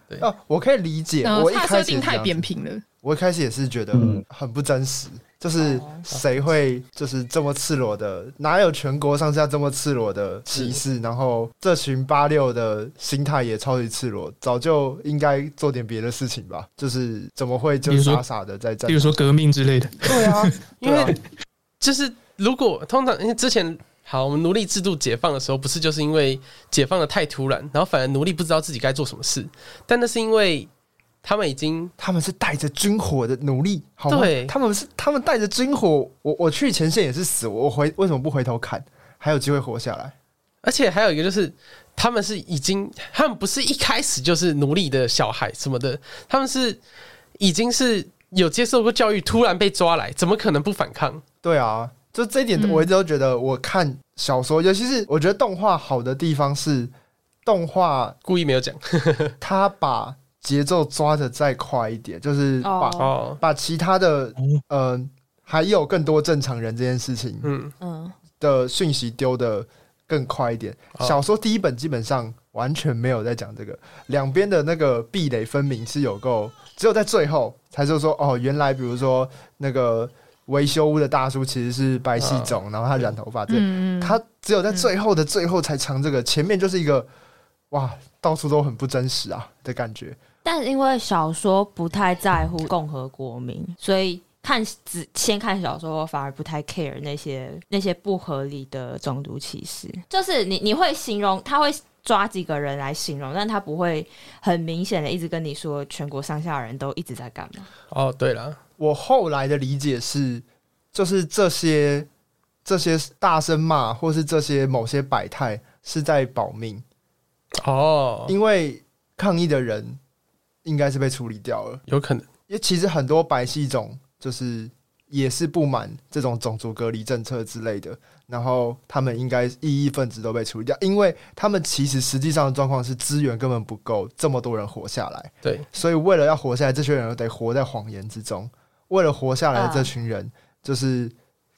S7: 对
S3: 啊，我可以理解，
S2: 嗯、
S3: 我一
S2: 它
S3: 开
S2: 设
S3: 始
S2: 定
S3: 也是
S2: 太
S3: 这样
S2: 扁
S3: 子
S2: 平了。
S3: 我一开始也是觉得
S5: 嗯
S3: 很不真实，就是
S7: 哦
S3: 谁会就是这么赤裸的？哪有全国上下这么赤裸的歧视？然后这群八六的心态也超级赤裸，早就应该做点别的事情吧？就是怎么会就
S6: 比如说
S3: 傻傻的在站
S6: 比？如说革命之类的，
S3: 对啊，
S7: 因
S3: 对啊
S7: 为就是如果通常因为之前好，我们奴隶制度解放的时候，不是就是因为解放的太突然，然后反而奴隶不知道自己该做什么事，但那是因为他们已经
S3: 他们是带着军火的努力，好吗？
S7: 对
S3: 他们是他们带着军火，我我去前线也是死，我回为什么不回头砍？还有机会活下来？
S7: 而且还有一个就是，他们是已经，他们不是一开始就是奴隶的小孩什么的，他们是已经是有接受过教育，突然被抓来，怎么可能不反抗？
S3: 对啊，就这一点
S2: 嗯
S3: 我一直都觉得，我看小说，尤其是我觉得动画好的地方是，动画
S7: 故意没有讲，
S3: 它把节奏抓的再快一点，就是把、
S4: 哦
S7: 哦，
S3: 把其他的呃还有更多正常人这件事情
S7: 嗯，
S4: 嗯，
S3: 的讯息丢的更快一点。
S7: 哦
S3: 小说第一本基本上完全没有在讲这个，两边的那个壁垒分明是有够，只有在最后才是说哦，原来比如说那个维修屋的大叔其实是白细种，然后他染头发这，
S2: 嗯，
S3: 他只有在最后的最后才藏这个，前面就是一个哇，到处都很不真实啊的感觉。
S4: 但因为小说不太在乎共和国民，所以看只先看小说，反而不太 care 那些那些不合理的种族歧视。就是你你会形容，他会抓几个人来形容，但他不会很明显的一直跟你说全国上下人都一直在干嘛。
S7: 哦，对了，
S3: 我后来的理解是，就是这些这些大声骂，或是这些某些百态是在保命，
S7: 哦，
S3: 因为抗议的人应该是被处理掉了。
S7: 有可能，
S3: 因为其实很多白系种就是也是不满这种种族隔离政策之类的，然后他们应该异议分子都被处理掉，因为他们其实实际上的状况是资源根本不够，这么多人活下来。
S7: 对，
S3: 所以为了要活下来，这群人得活在谎言之中。为了活下来的这群人，就是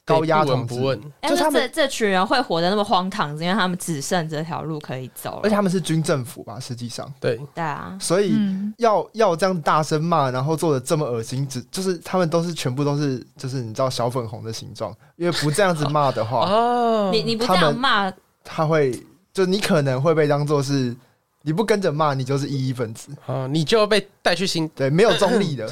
S3: 高压
S7: 不闻
S3: 统治，
S7: 不问，
S4: 哎、
S3: 就是他
S4: 那
S3: 们
S4: 这这群人会活得那么荒唐，是因为他们只剩这条路可以走
S3: 而且
S4: 了。
S3: 他们是军政府吧，实际上，
S7: 对，
S4: 对啊，
S3: 所以
S2: 嗯
S3: 要、要这样大声骂，然后做的这么恶心，只就是他们都是全部都是就是你知道小粉红的形状，因为不这样子骂的话，
S7: 哦，
S4: 你你不
S3: 嗯他
S4: 这
S3: 们
S4: 样骂，
S3: 他会就你可能会被当做是你不跟着骂，你就是异议分子，
S7: 哦，你就被带去新，
S3: 对，没有中立的，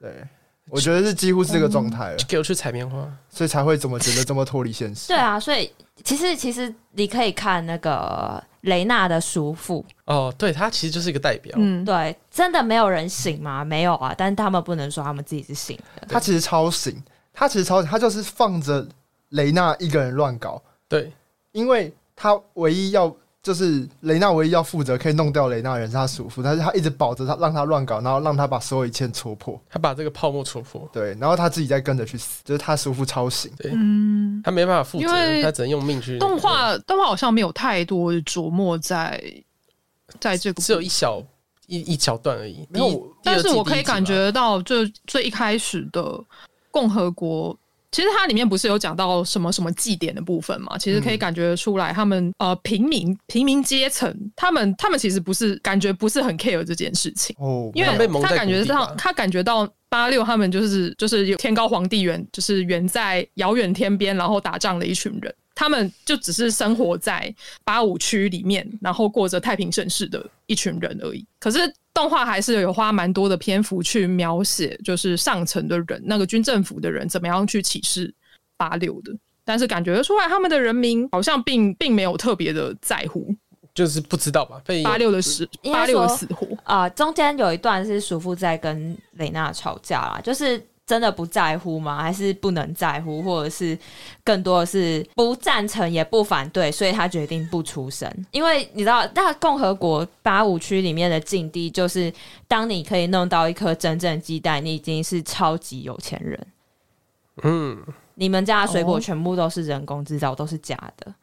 S3: 对，我觉得是几乎是这个状态了，
S7: 给我去采棉花，
S3: 所以才会怎么觉得这么脱离现实
S4: 对。啊，所以其实其实你可以看那个雷娜的叔父，
S7: 哦，对，他其实就是一个代表，
S2: 嗯，
S4: 对，真的没有人醒吗？没有啊，但他们不能说他们自己是醒的。
S3: 他其实超醒，他其实超醒，他就是放着雷娜一个人乱搞，
S7: 对，
S3: 因为他唯一要就是雷娜唯一要负责可以弄掉雷娜的人是他叔父，但是他一直保着他，让他乱搞，然后让他把所有一切戳破，
S7: 他把这个泡沫戳破，
S3: 对，然后他自己再跟着去死，就是他叔父超醒，
S2: 嗯，
S7: 他没办法负责
S2: 因为，
S7: 他只能用命去
S2: 动画动画好像没有太多的琢磨在在这个，
S7: 只有一小一一小段而已，
S3: 没有
S7: 第一
S3: 我
S7: 第二
S2: 但
S7: 季
S2: 是我
S7: 第一
S2: 可以
S7: 集吧
S2: 感觉到，就最一开始的共和国。其实它里面不是有讲到什么什么祭典的部分嘛？其实
S7: 嗯
S2: 可以感觉出来，他们、呃平民平民阶层，他们他们其实不是感觉不是很 care 这件事情。
S3: 哦，
S2: 因
S7: 他被
S2: 为
S7: 蒙
S2: 他
S7: 在
S2: 感
S7: 鼓
S2: 觉
S7: 底
S2: 到
S7: 吧，
S2: 他感觉到八六他们就是就是有天高皇帝远，就是远在遥远天边，然后打仗的一群人，他们就只是生活在八五区里面，然后过着太平盛世的一群人而已。可是动画还是有花蛮多的篇幅去描写，就是上层的人，那个军政府的人怎么样去歧视八六的。但是感觉出来，他们的人民好像并并没有特别的在乎
S7: 就是不知道吧，被
S2: 八六的死
S4: 应
S2: 八
S4: 该说
S2: 六的死活。
S4: 啊、中间有一段是叔父在跟雷娜吵架啦，就是真的不在乎吗？还是不能在乎，或者是更多的是不赞成也不反对，所以他决定不出声。因为你知道，那共和国八五区里面的境地，就是当你可以弄到一颗真正鸡蛋，你已经是超级有钱人。
S7: 嗯，
S4: 你们家的水果
S2: 哦
S4: 全部都是人工制造，都是假的。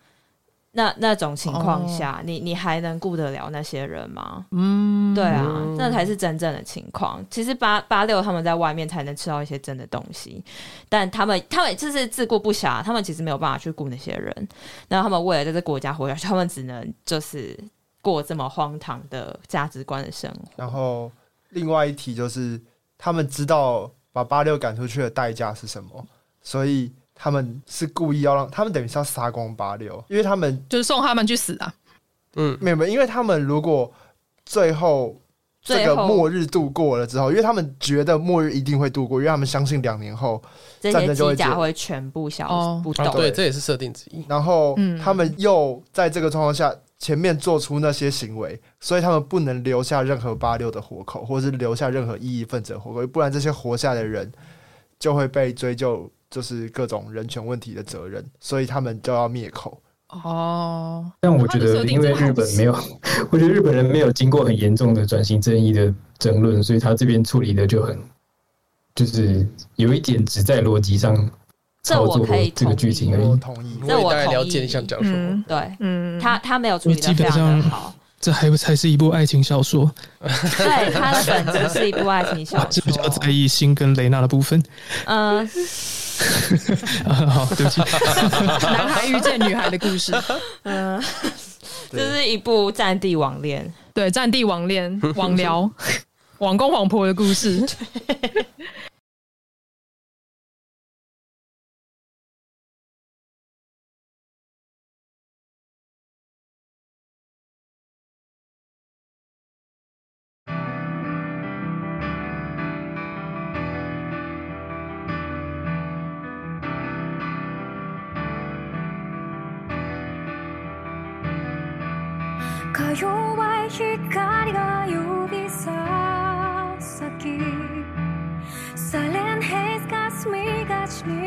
S4: 那那种情况下，你你还能顾得了那些人吗？嗯，对啊，那才是真正的情况。其实八八六他们在外面才能吃到一些真的东西，但他们他们就是自顾不暇，他们其实没有办法去顾那些人。那他们为了在这国家活下去，他们只能就是过这么荒唐的价值观的生活。
S3: 然后另外一题就是他们知道把八六赶出去的代价是什么，所以他们是故意要让他们等于是要杀光八六，因为他们
S2: 就是送他们去死啊！
S7: 嗯，
S3: 没有没有，因为他们如果最后这
S4: 最
S3: 个
S4: 后
S3: 末日度过了之后，因为他们觉得末日一定会度过，因为他们相信两年后，
S4: 这
S3: 战
S4: 些
S3: 争就会
S4: 机甲
S3: 结
S4: 会全部消
S2: 哦
S4: 失，不
S7: 啊
S4: 动。
S7: 对，这也是设定之一，
S3: 然后
S2: 嗯
S3: 他们又在这个状况下前面做出那些行为，所以他们不能留下任何八六的活口，或是留下任何异议分子的活口，不然这些活下来的人就会被追究就是各种人权问题的责任，所以他们就要灭口。
S2: 哦，
S5: 但我觉得，因为日本没有，我觉得日本人没有经过很严重的转型正义的争论，所以他这边处理的就很，就是有一点只在逻辑上
S4: 这
S5: 操
S4: 我
S5: 作
S4: 可以
S5: 这
S4: 同
S5: 个
S4: 意
S5: 剧情而
S3: 我
S5: 已。
S3: 同意，
S4: 这
S7: 也
S4: 我
S7: 大概
S4: 同
S7: 了解
S4: 意
S7: 你想讲什么，
S2: 嗯
S4: 对，
S2: 嗯，
S4: 他他没有处理的非常的好。
S6: 这还不才是一部爱情小说，
S4: 对，它的本质是一部爱情小
S6: 我啊是比较在
S4: 说。
S6: 意辛跟雷娜的部分。
S4: 嗯，
S6: 啊好，对不起，
S2: 男孩遇见女孩的故事，
S4: 嗯，这
S3: 对
S4: 是一部战地网恋，
S2: 对，战地网恋、网聊、网公网婆的故事。
S8: か弱い光が指さ先サレンヘイズが澄みがちに